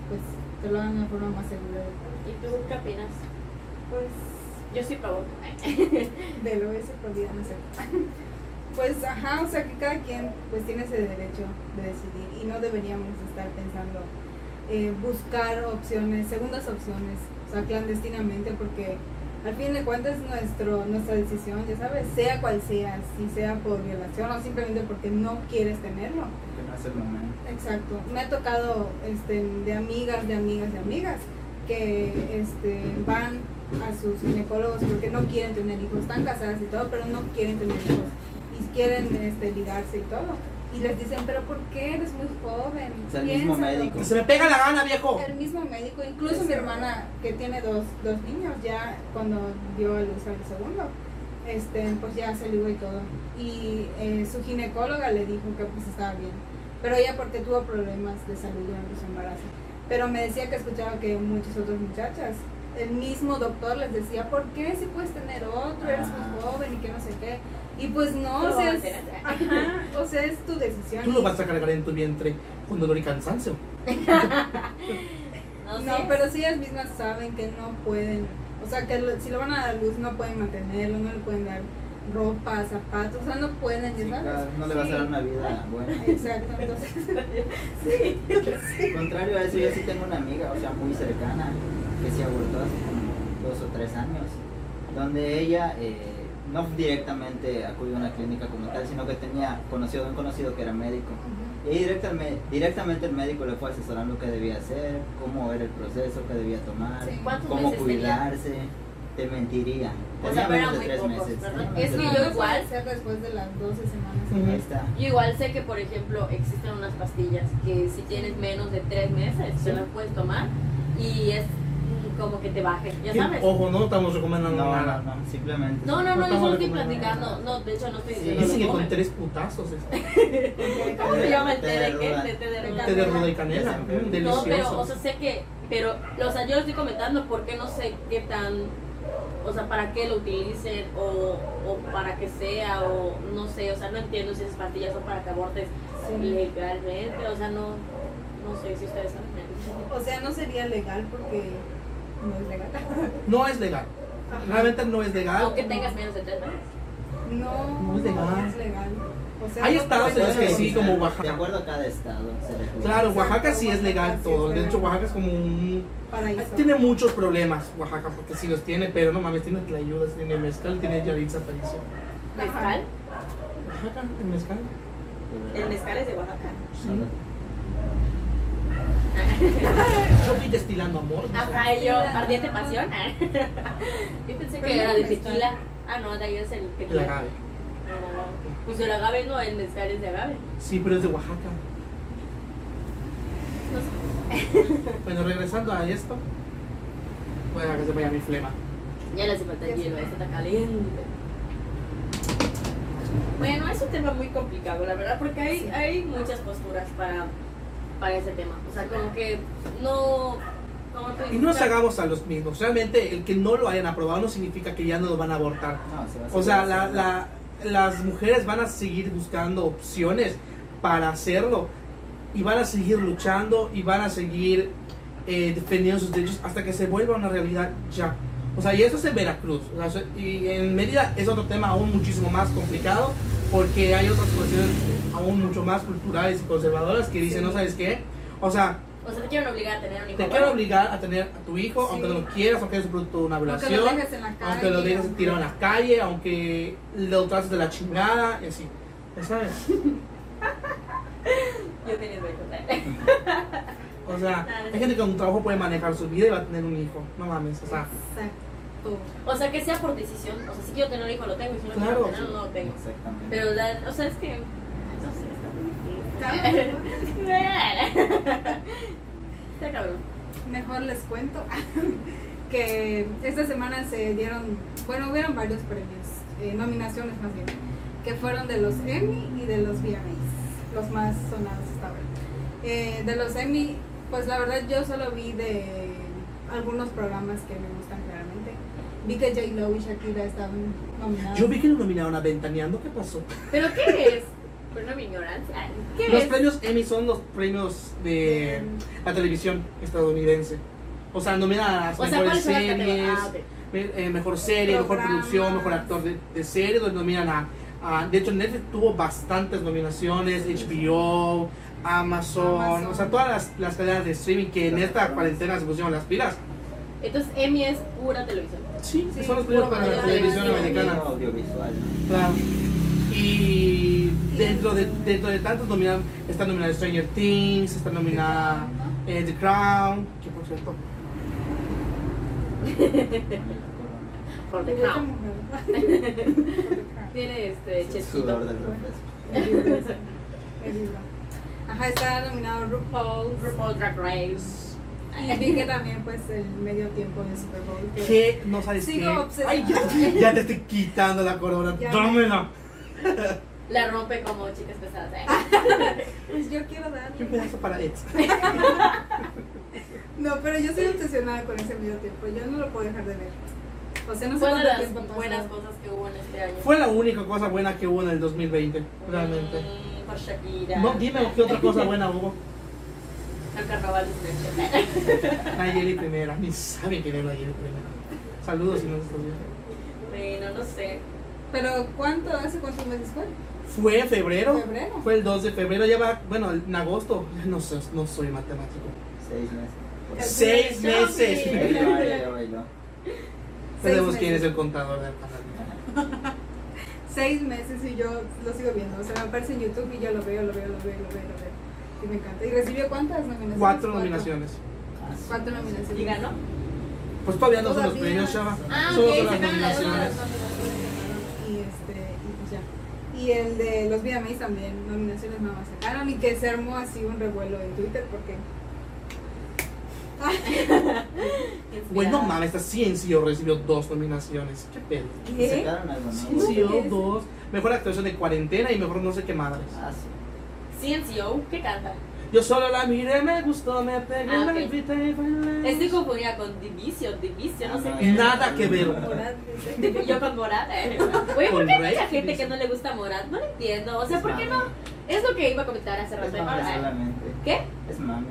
C: pues, te lo hagan de una forma más segura.
A: ¿Y tú qué opinas?
C: Pues,
A: Yo sí pago.
C: de lo ese por día, no sé. Pues, ajá, o sea, que cada quien, pues, tiene ese derecho de decidir y no deberíamos estar pensando eh, buscar opciones, segundas opciones, o sea, clandestinamente, porque al fin de cuentas nuestro, nuestra decisión, ya sabes, sea cual sea, si sea por violación o simplemente porque no quieres tenerlo.
D: Que no es el momento.
C: Exacto. Me ha tocado este, de amigas, de amigas, de amigas que este, van a sus ginecólogos porque no quieren tener hijos. Están casadas y todo, pero no quieren tener hijos. Y quieren este, ligarse y todo. Y les dicen, pero ¿por qué eres muy joven?
D: O sea, el mismo médico.
B: Se me pega la gana, viejo.
C: El mismo médico, incluso mi hermana que tiene dos, dos niños, ya cuando dio a luz al segundo, este, pues ya se ligó y todo. Y eh, su ginecóloga le dijo que pues estaba bien, pero ella porque tuvo problemas de salud durante su embarazo. Pero me decía que escuchaba que muchas otras muchachas, el mismo doctor les decía, ¿por qué si puedes tener otro, eres muy
D: Ah.
C: joven y que no sé qué? Y pues no,
A: Lo
C: o
A: van
C: sea,
A: a
C: es,
A: hacer.
C: ajá, o sea, es tu decisión.
B: Tú lo vas a cargar en tu vientre con dolor y cansancio.
A: No,
C: No,
A: sé.
C: pero sí ellas mismas saben que no pueden, o sea, que lo- si lo van a dar a luz no pueden mantenerlo, no le pueden dar ropa, zapatos, o sea, no pueden
D: Sí,
C: ayudar.
D: claro, no le vas a dar una vida buena.
C: Exacto, entonces,
A: Sí.
D: Contrario a eso, yo sí tengo una amiga, o sea, muy cercana, que se abortó hace como dos o tres años, donde ella eh, no directamente acudió a una clínica como tal, sino que tenía conocido un conocido que era médico. Y directamente, directamente el médico le fue asesorando qué debía hacer, cómo era el proceso, qué debía tomar,
C: Sí.
A: ¿Cuántos
D: cómo
A: meses tenía?
D: cuidarse. Te mentiría.
A: O
D: Tenía
A: sea, pero
D: menos de
A: eran
D: tres
A: muy pocos,
D: meses.
A: ¿verdad?
D: tenía menos
A: Es
D: de
A: que
D: tres
A: yo
D: meses.
A: igual-
C: Hacer después de las 12
B: Ujú.
C: semanas.
D: Ahí está.
A: Yo igual sé que, por ejemplo, existen unas pastillas que si tienes menos de tres meses, se las puedes tomar y es mm, como que te baje, ya
B: Y,
A: sabes.
B: Ojo, no estamos recomendando
D: No, no,
B: nada.
D: no, simplemente.
A: No, no, no, yo
B: Estamos
A: solo estoy
B: recomendando.
A: platicando. No, de hecho no estoy
D: Sí,
A: diciendo
B: Dicen
A: que
B: que
A: tomen.
B: con tres putazos es-
A: ¿Cómo se llama el Este, té
D: Té de
A: de qué?
D: ruda.
A: Té- Té de ruda.
B: Té de ruda y canela.
D: No,
B: mm,
D: pero,
A: No, pero,
B: delicioso.
A: o sea, sé que, pero, o sea, yo lo estoy comentando porque no sé qué tan, o sea, para qué lo utilicen o, o para qué sea o no sé, o sea, no entiendo si esas pastillas son para que abortes
C: Sí.
A: legalmente, o sea, no, no sé si ustedes saben.
C: O sea, no sería legal porque no es legal.
B: No es legal.
C: Ajá.
B: Realmente no es legal.
A: Aunque tengas menos de tres meses.
C: No,
B: No es
C: no
B: legal.
C: es legal. O sea,
B: Hay
C: no
B: estados en
C: pueden
B: los Pues que sí,
C: organizar.
B: como
D: De
B: Oaxaca.
D: acuerdo a cada estado. se regula.
B: Claro, Oaxaca
C: Exacto,
B: sí es legal
C: Oaxaca sí
B: todo.
C: es
B: De hecho,
C: legal.
B: Oaxaca es como un...
C: Paraíso.
B: Tiene muchos problemas Oaxaca, porque sí los tiene, pero no mames, tiene Tlayudas, tiene Mezcal, tiene Yaritza Aparicio.
C: Ajá.
A: Mezcal.
B: Oaxaca, el Mezcal.
A: El mezcal es de Oaxaca.
B: Sí. Yo estoy destilando amor.
A: Ajá, y yo, ardiente pasión. Yo pensé que
C: Pero
A: era
C: no
A: de
C: mezcal.
A: tequila. Ah, no, de ahí es el
B: El
A: tequila. Ah,
B: agave.
A: No, Pues el agave no, el mezcal es de agave.
B: Sí, pero es de Oaxaca.
A: No sé.
B: Bueno, regresando a esto. Bueno, que se vaya mi flema.
A: Ya le hace falta
C: Ya
A: hielo, eso está caliente. Bueno, es un tema muy complicado, la verdad, porque hay, hay muchas posturas para, para ese tema. O sea, como que no. como tú
B: Y
A: dices,
B: no nos
A: claro,
B: hagamos a los mismos. Realmente, el que no lo hayan aprobado no significa que ya no lo van a abortar.
D: No, se va a hacer
B: O sea, la-
D: legal.
B: la- las mujeres van a seguir buscando opciones para hacerlo y van a seguir luchando y van a seguir eh, defendiendo sus derechos hasta que se vuelva una realidad ya. O sea, y eso es en Veracruz. O sea, eso- y en Mérida es otro tema aún muchísimo más complicado porque hay otras cuestiones aún mucho más culturales y conservadoras que dicen, no sabes qué. O sea,
A: O sea, te quieren obligar a tener un hijo.
B: te quieren
A: bueno,
B: obligar a tener a tu hijo, aunque no lo quieras, aunque es producto de una
C: Aunque
B: violación
C: lo dejes en la calle.
B: aunque lo dejes tirado en la calle, aunque lo trates de la chingada y así. Ya sabes.
A: Yo tenía que
B: O sea, hay gente que con un trabajo puede manejar su vida y va a tener un hijo. No mames, o sea.
C: Exacto.
A: O sea, que sea por decisión. O sea, si quiero tener un hijo, lo tengo. Y si no
B: Claro,
A: quiero tener,
B: sí.
A: no lo tengo.
D: Exactamente.
A: Pero, la- o sea, es que. No sé, está muy difícil.
C: ¿Sabes?
A: Está cabrón.
C: Mejor les cuento que esta semana se dieron, bueno, hubieron varios premios, eh, nominaciones más bien, que fueron de los Emmy y de los VMAs, los más sonados hasta ahora. Eh, de los Emmy, pues la verdad yo solo vi de algunos programas que me gustan claramente. Vi que J. Lo y Shakira estaban nominados.
B: Yo vi que lo nominaron a Ventaneando, ¿qué pasó?
A: ¿Pero qué es? Perdón mi ignorancia. ¿Qué
B: Los
A: es?
B: premios Emmy son los premios de la televisión estadounidense. O sea, nominan a las
A: O sea, ¿cuáles
B: mejores
A: son las
B: series,
A: categorías? Ah, ok.
B: me- eh, mejor serie, mejor
C: Programas.
B: producción, mejor actor de, de serie, donde nominan a, a- De hecho, Netflix tuvo bastantes nominaciones, HBO, Amazon,
C: Amazon.
B: o sea, todas las, las cadenas de streaming que en
D: Las
B: esta
D: plataformas.
B: cuarentena se pusieron las pilas.
A: Entonces, Emmy es pura televisión.
B: Sí,
C: Sí,
B: son los
A: puro
B: premios para la
A: contenido
B: televisión
A: audiovisual.
B: americana.
D: Audiovisual.
B: Claro. Y dentro de, dentro de tantos nominados, está nominada Stranger Things, está nominada eh, The Crown, que por cierto,
A: Por
C: Yo
A: The
C: esta
A: Crown.
C: mujer.
A: Tiene este
D: Sudor
A: chesquito.
D: del refresco.
C: El libro ese, el libro. Ajá, está nominado RuPaul.
A: RuPaul Drag Race.
C: Y vi que también pues el medio tiempo de Super Bowl. que-
B: que no sabes
C: Eh, Sigo
B: qué.
C: obsesionada.
B: Ay, ya, ya te estoy quitando la corona.
C: Ya.
B: Dámela.
A: La rompe como chicas pesadas. ¿eh?
C: Ah, Pues yo quiero
B: ¿Qué
C: darle.
B: pedazo para ex?
C: No, pero yo soy obsesionada con ese medio tiempo. Yo no lo puedo dejar de ver. O sea, no sé
A: Fue una
C: cuánto
A: de
C: tiempo
A: las
C: pasó.
A: buenas cosas que hubo en este año.
B: Fue la única cosa buena que hubo en el 2020, realmente.
A: Mm, Por Shakira.
B: No, dime qué otra cosa buena hubo.
A: El carnaval de Snapchat.
B: Nayeli Primera, ni sabe quién es Nayeli Primera. Saludos si no nos estás viendo.
A: Bueno, no sé.
C: Pero ¿cuánto hace cuántos meses fue?
B: Fue febrero.
C: Febrero.
B: Fue el 2 de febrero, ya va, bueno, en agosto. No, so- no soy matemático.
D: Seis meses. Pues,
C: Es-
B: Seis
C: Sí.
B: meses.
D: Ahí va, ahí va, ahí va.
B: Sabemos
C: Seis
B: quién es
C: meses.
B: el contador del canal.
C: Seis meses y yo lo sigo viendo. O sea, me aparece en YouTube y yo lo veo, lo veo, lo veo, lo veo, lo veo. Y me encanta. ¿Y recibió cuántas nominaciones?
B: Cuatro nominaciones.
D: Ah,
C: Cuatro nominaciones.
A: ¿Y ganó?
B: Pues todavía no son los
C: Todavía.
B: premios, chava.
A: Ah,
B: Solo
A: ok,
B: son las
A: sacaron las
B: nominaciones.
A: otras
C: Y este, y pues ya. Y el de los VMAs también, nominaciones nada más sacaron y que se armó así un revuelo en Twitter porque
A: nominaciones.
B: Güey, no
A: Inspirada.
B: mames, esta Ciencio recibió dos nominaciones. Qué pedo.
C: ¿Qué?
D: ¿Sacaron algo nuevo?
B: Ciencio,
C: ¿Qué es?
B: dos. Mejor actuación de cuarentena y mejor no sé qué madres.
D: Ah, sí.
A: CNCO, ¿qué canta?
B: Yo solo la miré, me gustó, me pegué,
A: Ah,
B: me
A: ok. Este
B: invité y bailé.
A: Estoy confundida con Divicio, Divicio, no sé
D: Ah,
A: qué.
B: Nada que ver.
C: Morat
A: Tipo, Yo con Morat. eh. Oye, ¿por
B: Con
A: qué hay
B: Rey,
A: mucha gente
B: Divicio.
A: que no le gusta Morat? No lo entiendo. O sea, ¿por qué no?
D: Mame.
A: Es lo que iba a comentar hace
D: Es
A: rato.
D: mame
A: Ah,
D: solamente.
A: ¿qué?
D: Es mame.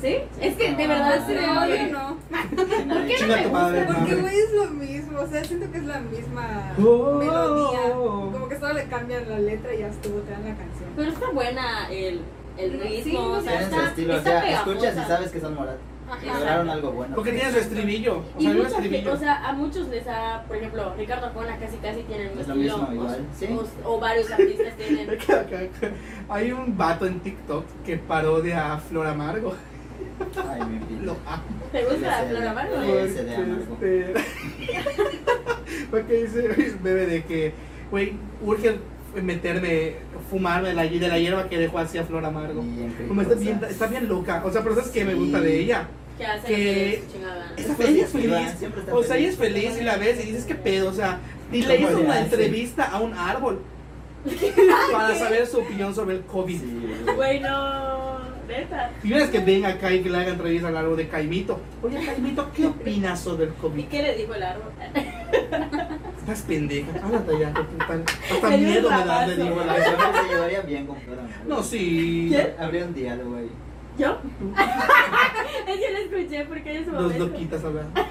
A: ¿Sí? Es que de verdad se
C: de
D: Ah,
C: odio,
A: odio.
C: ¿no?
D: ¿Por
A: qué
B: Chinga tu madre,
C: Porque
B: madre.
C: güey es lo mismo, o sea, siento que es la misma
B: Oh.
C: melodía. Como que solo le cambian la letra y ya estuvo, te dan la canción.
A: Pero está buena el, el ritmo,
C: Sí,
A: o sea,
D: Tienen su
A: está,
D: estilo, o
A: está
D: sea,
A: pegajosa.
D: escuchas y sabes que son morat. Y
C: Ajá.
D: lograron algo bueno.
B: Porque tiene su estribillo. O
A: Y
B: sea,
A: mucha
B: hay un
A: gente,
B: estribillo.
A: o sea, a muchos les ha, por ejemplo, Ricardo Arjona casi casi tiene el mismo
D: Es lo
A: estilo,
D: mismo,
A: o-
D: igual, sí.
A: o, o varios artistas tienen.
B: Hay un vato en TikTok que parodia a Flor Amargo.
D: Ay, mi vida.
B: Lo amo.
A: ¿Te gusta
D: Sí,
A: Flor Amargo?
D: sí.
B: Porque,
D: se de amargo.
B: este, Porque dice bebé de que, güey, urge meterme, fumarme la, de la hierba que dejó así a Flor Amargo.
D: Bien rico,
B: Como está bien,
D: o sea.
B: está bien loca. O sea, pero ¿sabes qué me
D: Sí.
B: gusta de ella?
A: Que hace
B: Que-
A: que chingada.
B: Esa-
D: Pues
B: ella es
D: sí,
B: feliz.
D: siempre está
B: O sea, ella es
D: feliz.
B: feliz y la ves y dices, ¿qué pedo? O sea, y le
D: ¿Cómo
B: hizo
D: le
B: una
D: hace?
B: entrevista a un árbol para saber su opinión sobre el COVID.
D: Sí.
A: Bueno, neta.
B: Y una vez que venga acá y que le haga entrevista al árbol de Caimito. Oye, Caimito, ¿qué opinas sobre el
A: ¿Y
B: COVID?
A: qué le dijo el árbol?
B: Estás pendeja. Ándate ya. que tan- Hasta
A: Le dio un
B: miedo me da, le
A: rabazo.
B: digo.
D: Bueno,
B: la-
D: yo creo que se llevaría bien con Flor Amargo.
B: No, sí.
A: ¿Quién?
D: Habría un diálogo ahí.
A: ¿Yo? es que la escuché porque en su
B: Dos
A: momento.
B: loquitas hablando.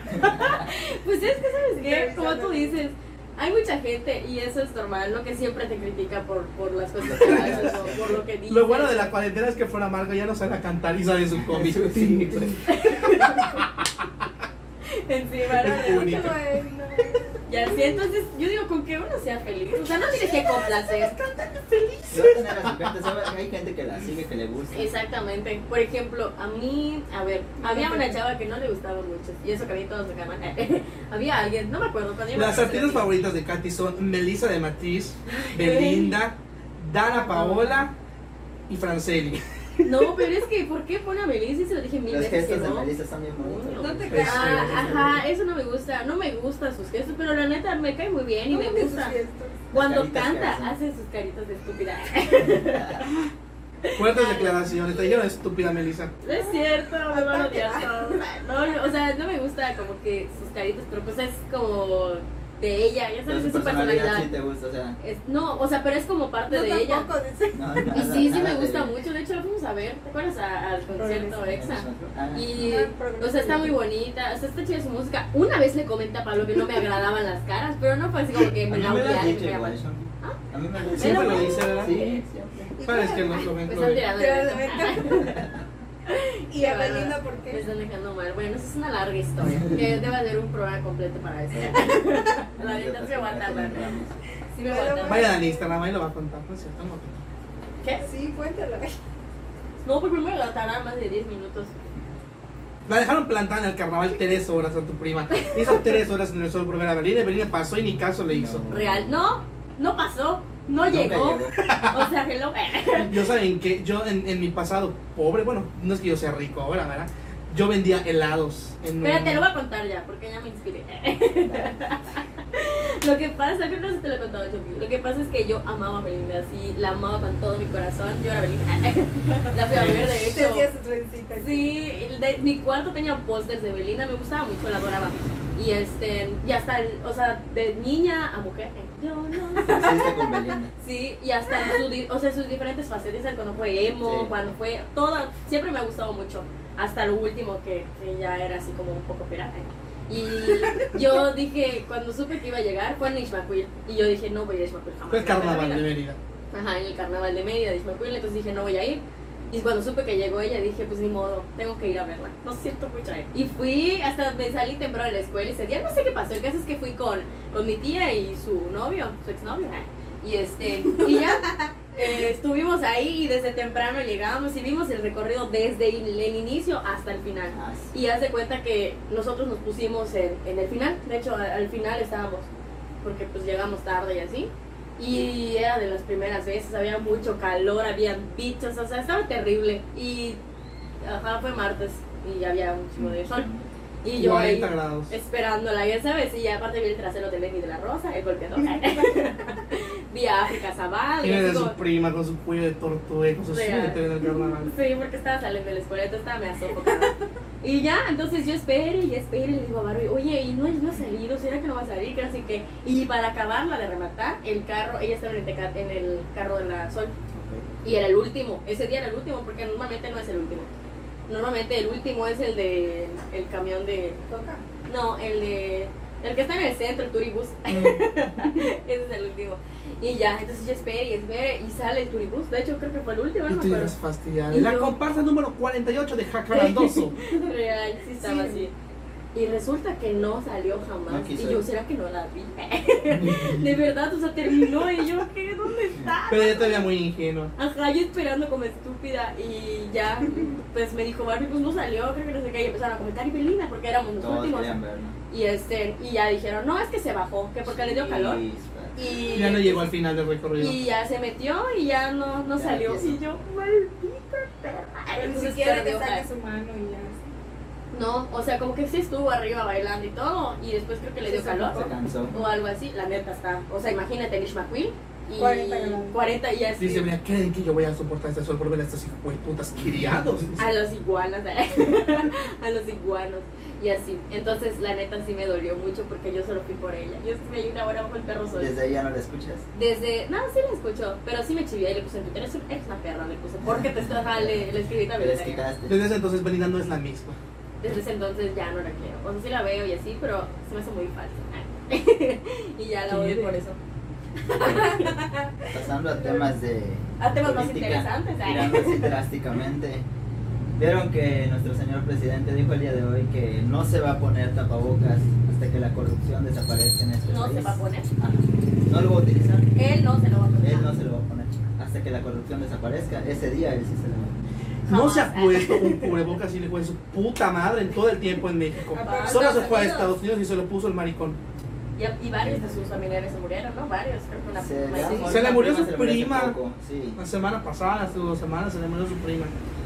A: Pues es que, ¿sabes qué?
C: Revisando.
A: Como tú dices, hay mucha gente, y eso es normal, lo que siempre te critica por, por las cosas que haces o por lo que dices.
B: Lo bueno de la cuarentena es que fuera amarga ya no sale a cantar y sale su cómic.
D: Sí, güey.
A: Encima, ¿no?
B: Es único.
C: Ay, eh, no.
A: Ya sí, entonces yo digo, con que uno sea feliz. O sea, no tienes que complacer.
D: Yo voy a tener las cuentas, ¿sabes? Hay gente que la sigue, que le gusta.
A: Exactamente. Por ejemplo, a mí, a ver, había una chava que no le gustaba mucho. Y eso que a mí todos me acaban. había alguien, no me acuerdo. cuando yo me
B: Las
A: conocí a
B: artistas
A: ti.
B: favoritas de Katy son Melissa de Matiz, Belinda, Dana Paola y Franceli.
A: No, pero es que, ¿por qué pone a Melissa? Y se lo dije mil
D: Los
A: veces que
D: gestos de
A: no.
D: Melissa son bien bonitos.
C: No te
B: Pues,
C: creas.
A: Ah, ajá, eso no me gusta. No me gustan sus gestos, pero la neta me cae muy bien y me
C: ¿Cómo que sus
A: gusta.
C: fiestas?
A: Cuando
D: Las caritas que
A: canta,
D: hacen.
A: hace sus caritas de estúpida.
B: Fuertes declaraciones. Te dijeron estúpida Melissa.
A: No es cierto, me van a odiar todos. No, no, o sea, no me gusta como que sus caritas, pero pues es como de ella, ya
D: Pero
A: sabes,
D: su
A: es su
D: personalidad
A: personalidad.
D: sí te gusta, o sea.
A: Es- no, o sea, pero es como parte
C: No,
A: de ella.
C: tampoco, dice.
D: No, nada,
A: Y sí, sí
D: nada
A: me
D: te-
A: gusta mucho. De hecho, la fuimos a ver, ¿te acuerdas a- al concierto EXA?
D: Ah,
A: Y, o sea, está muy bonita, o sea, está chida su música. Una vez le comenté a Pablo que no me agradaban las caras, pero no fue así como que
D: a
A: me
D: mí
A: la
D: me lo
A: odiaron.
D: han
A: me
D: dicho
A: la-
D: igual. A mí me lo han dicho.
B: Siempre
A: Pero
B: lo dice, ¿verdad?
D: Sí, siempre.
B: Sabes que nos lo ven.
A: Pues
B: lo
A: han
B: ven.
A: tirado de verdad.
C: Y a Belinda, ¿por
A: Me
C: qué?
A: están dejando mal. Bueno, esa es una larga historia. Que debe haber un programa completo para eso. La neta se aguanta, la neta. Sí me aguanta.
B: Vaya al Instagram, ahí lo va a contar. No es cierto, no.
A: ¿Qué?
C: Sí, cuéntala.
A: No, porque me tardan más de 10 minutos.
B: La dejaron plantada en el carnaval tres horas a tu prima. Hizo tres horas en el sol por ver a Belinda. y Belinda pasó y ni caso le hizo.
D: No.
A: Real. No, no pasó. No
D: Nunca
A: llegó. O sea, hello.
B: Yo saben que yo en, en mi pasado pobre, bueno, no es que yo sea rico ahora, ¿verdad? Yo vendía helados en un-
A: Espérate, lo voy a contar ya, porque ya me inspiré. Lo que pasa, creo que no sé si te lo he contado, Chucky. Lo que pasa es que yo amaba a Belinda, así, la amaba con todo mi corazón. Yo era Belinda. La fui a ver, de
C: Te
A: hecho.
C: hacía su trencita.
A: Sí, el de- mi cuarto tenía pósters de Belinda, me gustaba mucho, la adoraba. Y este, y hasta, el- o sea, de niña a mujer, eh, yo no sé.
D: Hiciste Este con Belinda.
A: Sí, y hasta en su di- o sea, sus diferentes facetas, cuando fue emo,
D: Sí.
A: cuando fue, toda, siempre me ha gustado mucho, hasta lo último que, que ya era así como un poco pirata. Y yo dije, cuando supe que iba a llegar, fue en Ixmacuil. Y yo dije, no voy a Ixmacuil jamás.
B: Fue
A: en la
B: carnaval
A: vida.
B: de Mérida.
A: Ajá, en el carnaval de Mérida de Ixmacuil, entonces dije, no voy a ir. Y cuando supe que llegó ella, dije, pues ni modo, tengo que ir a verla. No siento mucha ir. Y fui, hasta me salí temprano de la escuela ese día, no sé qué pasó. El caso es que fui con, con mi tía y su novio, su exnovio. ah, Y, este, y ya eh, estuvimos ahí y desde temprano llegábamos y vimos el recorrido desde in- el inicio hasta el final.
D: Ah, sí.
A: Y haz de cuenta que nosotros nos pusimos en, en el final, de hecho a- al final estábamos, porque pues llegamos tarde y así. Y era de las primeras veces, había mucho calor, había bichos, o sea, estaba terrible. Y ajá, fue martes y había un chingo de sol. Y yo ahí
B: 40 grados.
A: esperándola, ya sabes, y aparte vi el trasero de Lenny de la Rosa, el golpeador. vi a África Zaval, y
B: Tiene
A: así
B: de su
A: como-
B: prima con su cuello de tortuga, con su
A: Real.
B: suéter en el carnaval.
A: Sí, porque estaba saliendo de la escuela, entonces estaba medio sofocada. Y ya, entonces yo esperé y esperé, y le digo a Barbie, oye, y no, no ha salido, ¿será que no va a salir? Que no sé qué. Y para acabarla de rematar, el carro, ella estaba en el, Teca- en el carro de la Sol, y era el último, ese día era el último, porque normalmente no es el último. Normalmente el último es el de el camión de.
C: Toca.
A: No, el de. El que está en el centro, el turibus. Ese es el último. Y ya, entonces yo esperé y esperé, y sale el turibus. De hecho, creo que fue el último,
B: Y
A: no me
B: tú
A: acuerdo.
B: llegas fastidiada.
A: Y
B: La
A: yo-
B: comparsa número 48 de Jacarandoso.
A: Real, sí estaba
C: Sí.
A: así. Y resulta que no salió jamás.
D: No quiso
A: y yo,
D: ir.
A: ¿será que no la vi? de verdad, o sea, terminó y yo, ¿qué? ¿Dónde está?
B: Pero yo todavía muy ingenua.
A: Ajá, yo esperando como estúpida y ya, pues me dijo Barbie, pues no salió, creo que no sé qué, y empezaron a comentar y Belinda porque éramos los
D: Todos
A: últimos.
D: querían verlo.
A: Y este, y ya dijeron, no, es que se bajó, que porque le dio calor.
D: Sí,
A: Y
B: Ya no llegó al final del recorrido.
A: Y ya se metió y ya no, no
D: Ya
A: salió.
D: empieza.
A: Y yo, maldita perra.
C: Pero ni
A: Entonces,
C: siquiera
A: perdió
C: que saque
A: hype.
C: su mano y ya.
A: No, o sea, como que sí estuvo arriba bailando y todo, y después creo que le dio
C: Sí,
A: calor
D: Se cansó.
A: o algo así, la neta está. O sea, imagínate Nish McQueen y
C: 40 grados.
A: 40 y así.
B: Dice, mira, ¿creen que yo voy a soportar este sol por ver a estos hijos de putas criados?
A: a los iguanas, ¿eh? a los iguanos y así. Entonces, la neta sí me dolió mucho porque yo solo fui por ella. Yo sí me di una hora bajo el perro solo.
D: Desde ahí ya no la escuchas.
A: Desde, no, sí la escuchó, pero sí me chivié y le puse en Twitter, "Eres un- eres una perra, le puse, porque te estás, ah, le, le escribí
D: Te
A: también.
D: les quitaste.
B: Desde ese entonces Belinda no es la misma.
A: Desde ese entonces ya no la quiero. O sea, sí la veo y así, pero se me hace muy falsa. y ya la odio por eso.
D: Pasando a temas de.
A: A temas más
D: política,
A: interesantes. ay.
D: Mirando así drásticamente. Vieron que nuestro señor presidente dijo el día de hoy que no se va a poner tapabocas hasta que la corrupción desaparezca en este
A: No
D: país.
A: se va a poner.
D: Ajá. No lo va a utilizar.
A: Él no se lo va a poner.
D: Él no se lo va a poner. Hasta que la corrupción desaparezca, ese día él sí se lo va a poner.
B: No se ha puesto un cubrebocas y le fue su puta madre en todo el tiempo en México.
C: Aparte,
B: Solo se
A: Estados
B: fue a
A: Unidos.
B: Estados Unidos y se lo puso el maricón.
A: Y, y varios de sus familiares se murieron, ¿no? Varios. Creo que una
D: Se,
A: una-
B: sí.
D: murió-
B: Se le murió
D: prima,
B: su
D: se le murió hace
B: prima.
D: poco, Sí.
B: La semana pasada, hace dos semanas, se le murió su prima.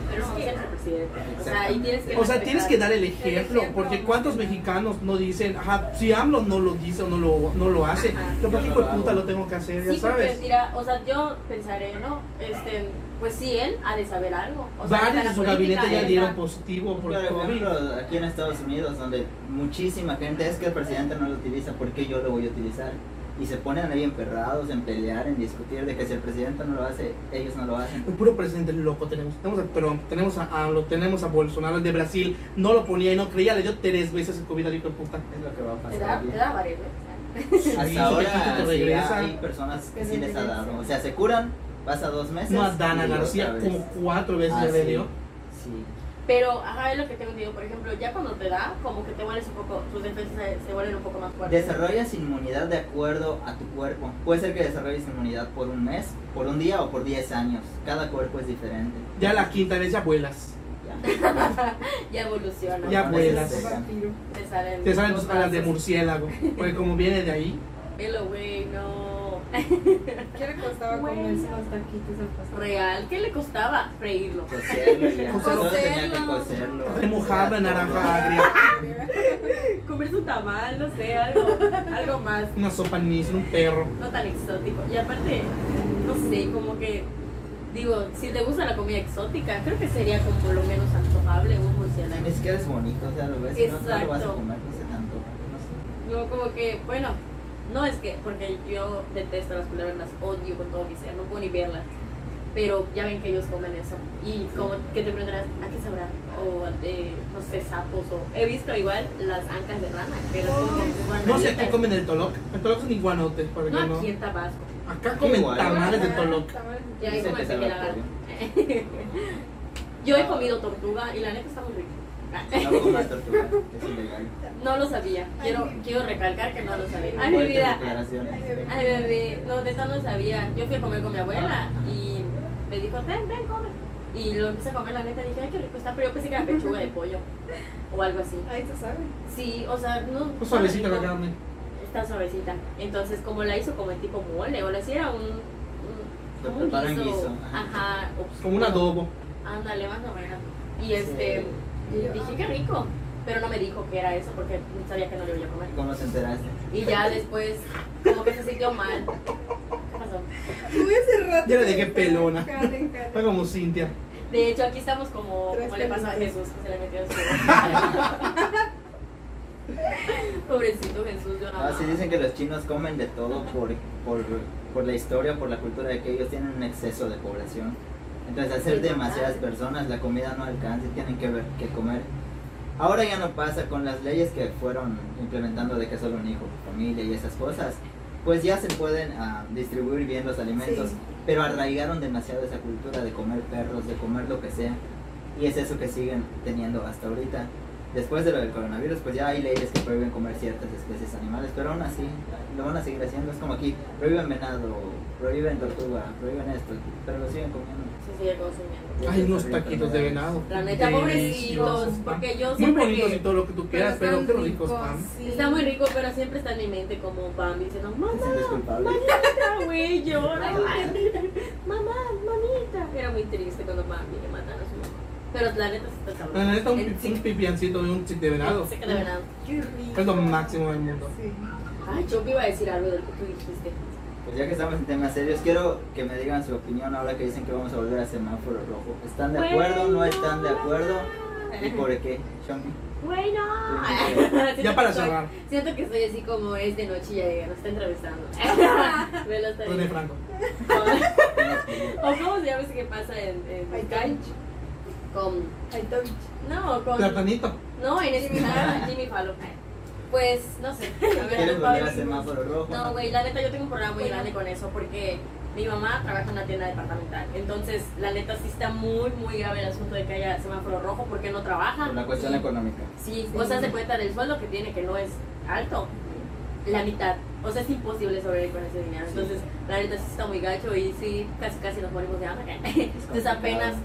A: Pero no es el presidente. O sea, y tienes que.
B: O sea, tienes que dar el ejemplo,
C: ejemplo,
B: porque
C: ¿no?
B: cuántos mexicanos no dicen, ajá, si AMLO no lo dice o no lo, no lo hace,
A: Ajá.
B: yo por qué
D: Yo
B: hijo de
D: lo hago.
B: puta lo tengo que hacer, ya
A: Sí, porque
B: sabes.
A: dirá, o sea, yo pensaré, ¿no? Este, pues sí, él ha de saber algo. O sea,
B: Varios
A: la
B: de su
A: política,
B: gabinete ya
A: él
B: dieron
A: está-
B: positivo por
D: Por
B: COVID.
D: ejemplo, aquí en Estados Unidos, donde muchísima gente es que el presidente no lo utiliza, ¿por qué yo lo voy a utilizar? Y se ponen ahí emperrados, en pelear, en discutir de que si el presidente no lo hace, ellos no lo hacen.
B: Un puro presidente loco tenemos. Tenemos a Perón, tenemos a AMLO, tenemos a Bolsonaro, el de Brasil. No lo ponía y no creía, le dio tres veces el COVID al hijo de puta.
D: Es lo que va a
A: Te da,
D: pasar.
A: te da varios, ¿no?
B: Sí,
D: Hasta ahora
B: poquito te
D: sí,
B: regresa.
D: hay personas que sí
C: Pero
D: les ha
C: regresa.
D: dado. O sea, se curan, pasa dos meses.
B: No a Dana
D: y otra
B: García
D: vez.
B: como cuatro veces
D: Ah,
B: ya le
D: sí.
B: dio.
D: Sí.
A: Pero, ajá, es lo que tengo entendido. Por ejemplo, ya cuando te da, como que te vuelves un poco, tus defensas se, se vuelven un poco más fuertes.
D: Desarrollas inmunidad de acuerdo a tu cuerpo. Puede ser que desarrolles inmunidad por un mes, por un día o por 10 años. Cada cuerpo es diferente.
B: Ya la quinta vez ya vuelas.
D: Ya.
A: Ya evoluciona.
B: Ya vuelas.
C: Es un vampiro.
A: Te salen.
B: Te salen tus
A: cosas.
B: alas de murciélago. Porque como viene de ahí,
A: Hello, güey, no.
C: ¿Qué le costaba
A: Bueno.
C: comerse los taquitos al pastor?
A: Real. ¿Qué le costaba freírlo?
D: Coserlo y ya.
B: Coserlo.
D: Solo tenía que coserlo.
B: remojada en naranja agria,
A: Comer su tamal, no sé, algo, algo más.
B: una sopa anís, un perro.
A: No tan exótico. Y aparte, no sé, como que. Digo, si te gusta la comida exótica, creo que sería como lo menos antojable un murciélago.
D: Ni siquiera es bonito, o sea, lo ves y no, no lo vas a
A: Exacto.
D: comer, no sé tanto. No sé.
A: Yo como que, bueno, no es que, porque yo detesto las culebras, las odio con todo mi ser, no puedo ni verlas. pero ya ven que ellos comen eso. Y como que te preguntarás, ¿a qué sabrá? O eh, no sé, sapos o... He visto igual las ancas de rana, que las comen con
B: No sé, aquí
A: ranitas.
B: comen el toloc. El toloc son iguanotes, para que
A: No
B: no.
A: aquí en Tabasco.
B: Acá comen
D: Igual.
B: tamales de toloc.
C: Tamales de
A: Ya
C: toloc.
A: hay
D: Dicen
A: como
D: que
A: así
D: sabe
A: que
D: a
A: la
D: pollo.
A: Yo he comido tortuga y la neta está muy rica. Ah,
D: No comas tortuga, es ilegal.
A: No lo sabía. Quiero,
C: Ay.
A: quiero recalcar que no lo sabía. Ay, mi
D: Fuertes
A: vida.
D: declaraciones.
A: Ay, bebé. No, de eso no sabía. Yo fui a comer con mi abuela y me dijo, ven, ven, come. Y lo empecé a comer, la neta, dije, ay, qué rico está, pero yo pensé que era pechuga de pollo o algo así.
C: Ahí se sabe.
A: Sí, o sea, no...
B: Pues suavecita la
A: no,
B: carne.
A: Está suavecita. Entonces, como la hizo como el tipo mole, o la hiciera un... un-
D: Lo
A: como un
D: preparan guiso.
A: Ajá.
B: Pues Como un
A: obscuro.
B: adobo.
A: Ándale, más o menos. Y este,
C: Sí.
A: y dije que rico, pero no me dijo que era eso porque sabía que no lo iba a comer.
D: ¿Cómo te enteraste?
A: Y ya después, como que se sintió mal. ¿Qué pasó?
C: Tuve ese rato.
B: Ya le dejé pelona.
C: Karen,
B: Está
C: Karen.
B: como Cintia.
A: De hecho, aquí estamos como,
C: Tres
A: como le pasó a
C: pelitos.
A: Jesús, que se le metió en su. Pobrecito Jesús, yo nada
D: Ah, sí dicen que los chinos comen de todo por, por, por la historia, por la cultura de que ellos tienen un exceso de población. Entonces, al ser demasiadas personas, la comida no alcanza y tienen que, ver, que comer. Ahora ya no pasa con las leyes que fueron implementando de que solo un hijo, familia y esas cosas. Pues ya se pueden ah, distribuir bien los alimentos,
C: Sí.
D: pero arraigaron demasiado esa cultura de comer perros, de comer lo que sea. Y es eso que siguen teniendo hasta ahorita. Después de lo del coronavirus, pues ya hay leyes que prohíben comer ciertas especies animales, pero aún así lo van a seguir haciendo. Es como aquí, prohíben venado, prohíben tortuga, prohíben esto, pero lo siguen comiendo.
A: Se sigue consumiendo.
B: Hay unos taquitos de venado.
A: La neta,
B: Deliciosos,
A: pobrecitos,
B: pan.
A: porque yo
B: Muy
A: siempre
B: bonitos y
A: que-
B: todo lo que tú quieras,
C: Pero
B: pero qué
C: están
B: ricos
C: ricos,
B: pan.
C: sí.
A: Está muy rico, pero siempre está en mi mente como Bambi diciendo,
D: Te
A: mamá,
D: sientes culpable.
A: Ah, güey, llora. mamá, mamita. Era muy triste cuando mami le mataron a su mamá. Pero la neta sí está
B: La
A: cabrón.
B: neta, un,
A: El
B: pi- un
A: sí-
B: pipiancito de un chic de venado.
A: sí que de verdad.
C: Qué rico.
B: Es lo máximo del mundo.
C: Sí.
A: Ay, yo me iba a decir algo de lo que tú dijiste.
D: Pues ya que estamos en temas serios, quiero que me digan su opinión ahora que dicen que vamos a volver a semáforo rojo. ¿Están de acuerdo? ¿No están de acuerdo? ¿Y por qué? Shami.
A: Bueno.
B: Ya para cerrar.
A: Siento que estoy así como es de noche y ya llega, nos está entrevistando. Velo hasta
B: René
A: ahí.
B: Franco.
A: O cómo se llama ese que pasa en, en
C: Ay,
A: Sky?
C: Tovich.
A: Con.
C: Ay, Tovich.
A: No, con.
B: Platanito.
A: No, en ese canal Jimmy Fallon. Pues, no sé. A ver,
D: ¿Quieres
A: tú,
D: volver a
A: Pablo.
D: semáforo rojo?
A: No, güey, la neta yo tengo un programa muy grande con eso porque mi mamá trabaja en una tienda departamental. Entonces, la neta sí está muy, muy grave el asunto de que haya semáforo rojo porque no trabaja.
D: Por la cuestión
A: Y-
D: económica.
A: Sí, o sea, se cuenta del sueldo que tiene que no es alto. La mitad. O sea, es imposible sobrevivir con ese dinero. Entonces, la neta sí está muy gacho y sí, casi casi nos morimos de hambre. Entonces,
D: complicado.
A: apenas.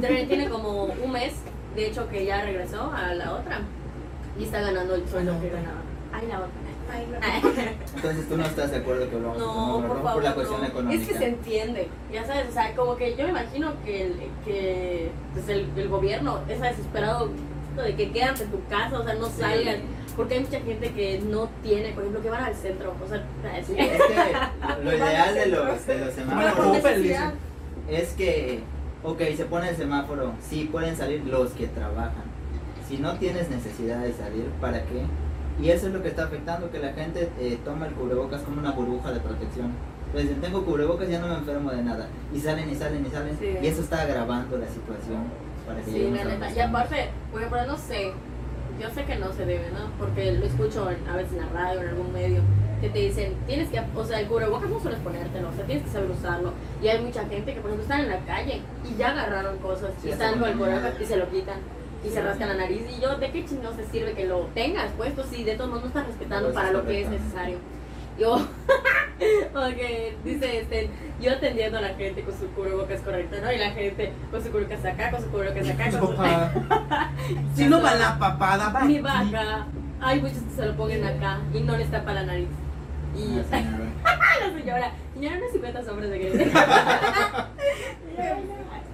A: Tiene tiene como un mes, de hecho, que ya regresó a la otra y está ganando el sueldo
B: La
A: que
B: otra.
A: ganaba. Ay, la otra.
C: Ay, no.
D: Entonces tú no estás de acuerdo que volvamos a
A: No,
D: semáforo
A: por
D: rojo
A: favor.
D: por la cuestión
A: no.
D: económica.
A: Es que se entiende, ya sabes, o sea, como que yo me imagino que el, que, pues, el, el gobierno está desesperado de que quédate en tu casa, o sea, no
D: Sí.
A: salgas, porque hay mucha gente que no tiene, por ejemplo, que van al centro, o sea,
D: Sí, es que lo ideal de los, de los
B: Bueno,
D: semáforos
B: como Uber,
C: necesidad.
B: dice.
D: es que, ok, se pone el semáforo, sí pueden salir los que trabajan. Si no tienes necesidad de salir, ¿para qué? Y eso es lo que está afectando, que la gente eh, toma el cubrebocas como una burbuja de protección. Pues dicen, tengo cubrebocas, ya no me enfermo de nada. Y salen y salen y salen.
A: Sí.
D: Y eso está agravando la situación. Para que
A: Sí,
D: lleguemos
A: la
D: a
A: neta.
D: los
A: Y aparte, por ejemplo, no sé, yo sé que no se debe, ¿no? Porque lo escucho en- a veces en la radio, en algún medio, que te dicen, tienes que, o sea, el cubrebocas no sueles ponértelo, o sea, tienes que saber usarlo. Y hay mucha gente que, por ejemplo, están en la calle y ya agarraron cosas y
D: Sí, ya
A: están
D: se
A: con el
D: contaminaron.
A: cubrebocas y se lo quitan. Y se
D: Sí.
A: rascan la nariz y yo, ¿de qué chingados te sirve que lo tengas puesto si de todos modos no estás respetando
D: Pues
A: para
D: es
A: lo que es
D: correcto.
A: necesario? Yo, porque dice este, yo atendiendo a la gente con su cubrebocas correcto, ¿no? Y la gente con su cubrebocas acá, con su cubrebocas acá, con su...
B: Si no va la papada, va
A: Mi
B: aquí.
A: vaca. Hay muchos que se lo pongan acá y no les tapa la nariz. Y
D: Ah, sí, ¿verdad?
A: la señora, señora, unos 50 sombras de Grey.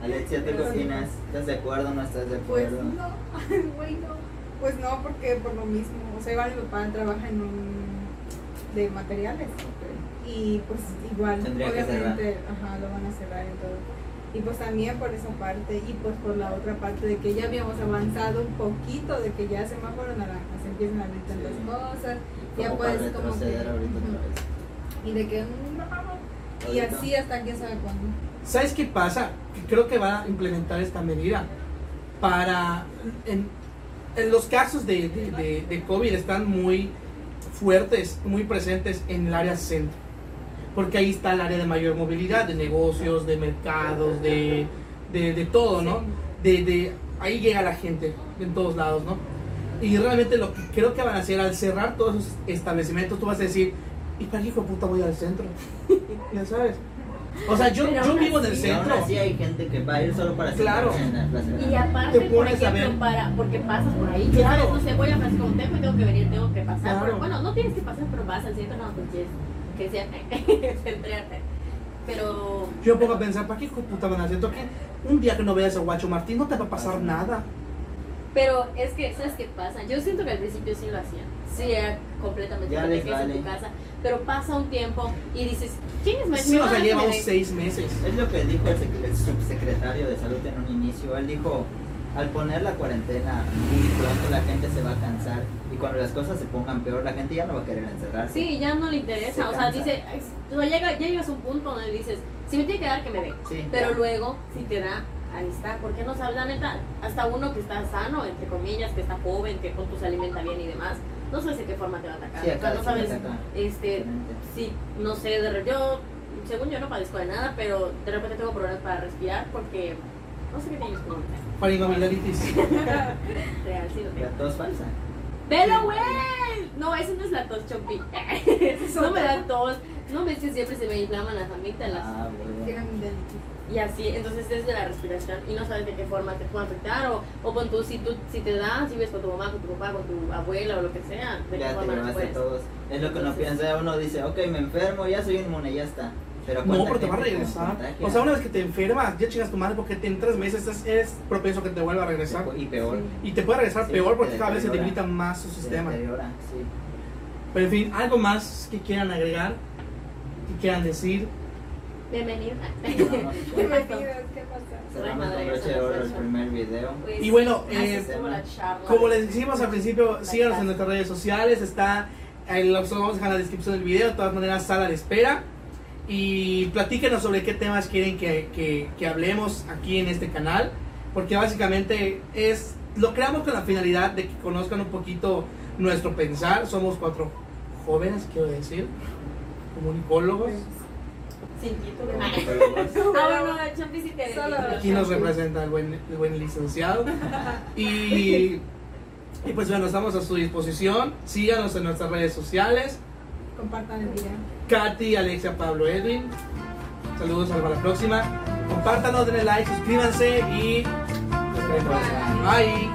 D: Alexia, ¿te cocinas? ¿Estás de acuerdo o no estás de
C: Pues
D: acuerdo?
C: no, güey, no. Pues no, porque por lo mismo. O sea, igual mi papá trabaja en un. de materiales. Y pues igual,
D: Tendría que
C: obviamente, ajá, lo van a cerrar y todo. Y pues también por esa parte, y pues por la otra parte de que ya habíamos avanzado un poquito, de que ya semáforo naranja, se empiezan a gritar
D: Sí.
C: las cosas,
D: Como
C: ya
D: para
C: puedes como que.
D: retroceder ahorita otra vez.
C: Y de que. mm, no, no, no. Y
D: Ahorita.
C: así hasta quién sabe cuándo.
B: ¿Sabes qué pasa? Que Creo que va a implementar esta medida para... En, en los casos de, de- de- de COVID están muy fuertes, muy presentes en el área centro, porque ahí está el área de mayor movilidad, de negocios, de mercados, de, de, de todo, ¿no? De, de, ahí llega la gente, en todos lados, ¿no? Y realmente lo que creo que van a hacer al cerrar todos esos establecimientos, tú vas a decir, ¿y para qué hijo de puta voy al centro? ya sabes. O sea, yo,
A: Pero
B: yo
A: aún
B: vivo en el
A: así-
D: Y aún
B: centro.
D: así hay gente que va a ir solo para
B: Claro.
D: sentarse en la plaza. de la-
A: Y aparte,
B: Te
A: por
B: pones a ver.
A: ejemplo, para, porque pasas por ahí.
B: Claro.
A: Yo, no sé, voy a Francisco Montejo y tengo que venir, tengo que pasar.
B: Claro.
A: por- bueno, no tienes que pasar, pero vas al centro, no, pues yes, que sea, centréate. Pero.
B: Yo me pongo a pensar, ¿para qué hijo de puta van al centro? ¿Qué? Un día que no veas a Guacho Martín no te va a pasar nada.
A: Pero es que, ¿sabes qué pasa? Yo siento que al principio sí lo hacían. Sí, era completamente
D: Ya
A: lo
D: les
A: que haces en tu
D: vale.
A: casa. Pero pasa un tiempo y dices, ¿quién es
D: Pues
A: más
B: Sí, o sea,
A: Ay,
B: llevamos
A: me-
B: seis meses.
D: Es lo que dijo el, sec- el subsecretario de salud en un inicio. Él dijo, al poner la cuarentena muy pronto la gente se va a cansar y cuando las cosas se pongan peor la gente ya no va a querer encerrarse.
A: Sí, ya no le interesa.
D: Se
A: o sea,
D: cansa.
A: dice, "Ay, o sea, llega, ya llegas a un punto donde dices, si me tiene que dar, que me dé.
D: Sí.
A: Pero luego, si te da, ahí está. ¿Por qué no sabes la neta? Hasta uno que está sano, entre comillas, que está joven, que con se alimenta bien y demás, no sabes de qué forma te va a atacar.
D: Sí,
A: o sea,
D: acá
A: no
D: sí
A: sabes,
D: me ataca.
A: este,
D: Diferente.
A: si, no sé, de re- yo, según yo no padezco de nada, pero de repente tengo problemas para respirar porque no sé qué tienes con el
B: Faringoamigdalitis.
A: real, sí lo
D: La
A: tengo.
D: tos falsa.
A: ¡Velo, Ah, güey! No, eso no es la tos, Chopi. no me da tos. No me que siempre se me inflaman las amígdalas.
D: Ah, bueno.
C: Tienen un delito.
A: Y así, entonces es de la respiración y no sabes de qué forma te puede afectar o, o con tu, si, tú, si te da, si ves con tu mamá, con tu papá, con tu abuela o lo que pues. sea, de qué
D: Ya te
A: forma te
D: grabaste
A: puedes.
D: todos. Es lo que uno
A: Entonces-
D: piensa, uno dice, ok, me enfermo, ya soy inmune, ya está. Pero
B: No,
D: ¿cuánta
B: pero te va a
D: gente te
B: regresar.
D: contagia?
B: O sea, una vez que te enfermas, ya chingas tu madre porque en tres meses estás- eres propenso que te vuelva a regresar.
D: Y peor.
B: Y te puede regresar
D: Sí,
B: peor
D: te
B: porque cada vez se
D: deteriora.
B: debilita más su sistema.
D: Se deteriora, sí.
B: Pero en fin, algo más que quieran agregar, que quieran decir.
A: Bienvenido.
D: Vamos,
C: ¿Qué
D: ya.
C: me pidas? ¿Qué pasa?
D: Cerramos con broche de oro el primer video.
A: Pues,
B: Y bueno,
A: así
B: eh,
A: estuvo la charla.
B: Como les dijimos al principio, síganos en nuestras redes sociales. Está, eh, los vamos a dejar en la descripción del video. De todas maneras, sala de espera. Y platíquenos sobre qué temas quieren que, que- que hablemos aquí en este canal. Porque básicamente es lo creamos con la finalidad de que conozcan un poquito nuestro pensar. Somos cuatro jóvenes, quiero decir, comunicólogos.
C: Pues,
A: Sin título. Ah,
D: Pero-
A: bueno, Chopi sí te
C: Solo-
B: Aquí nos representa el buen, el buen licenciado. Y, y pues bueno, estamos a su disposición. Síganos en nuestras redes sociales.
C: Compartan el video.
B: Katy, Alexia, Pablo, Edwin. Saludos, hasta la próxima. Compártanos, denle like, suscríbanse y nos vemos. Bye.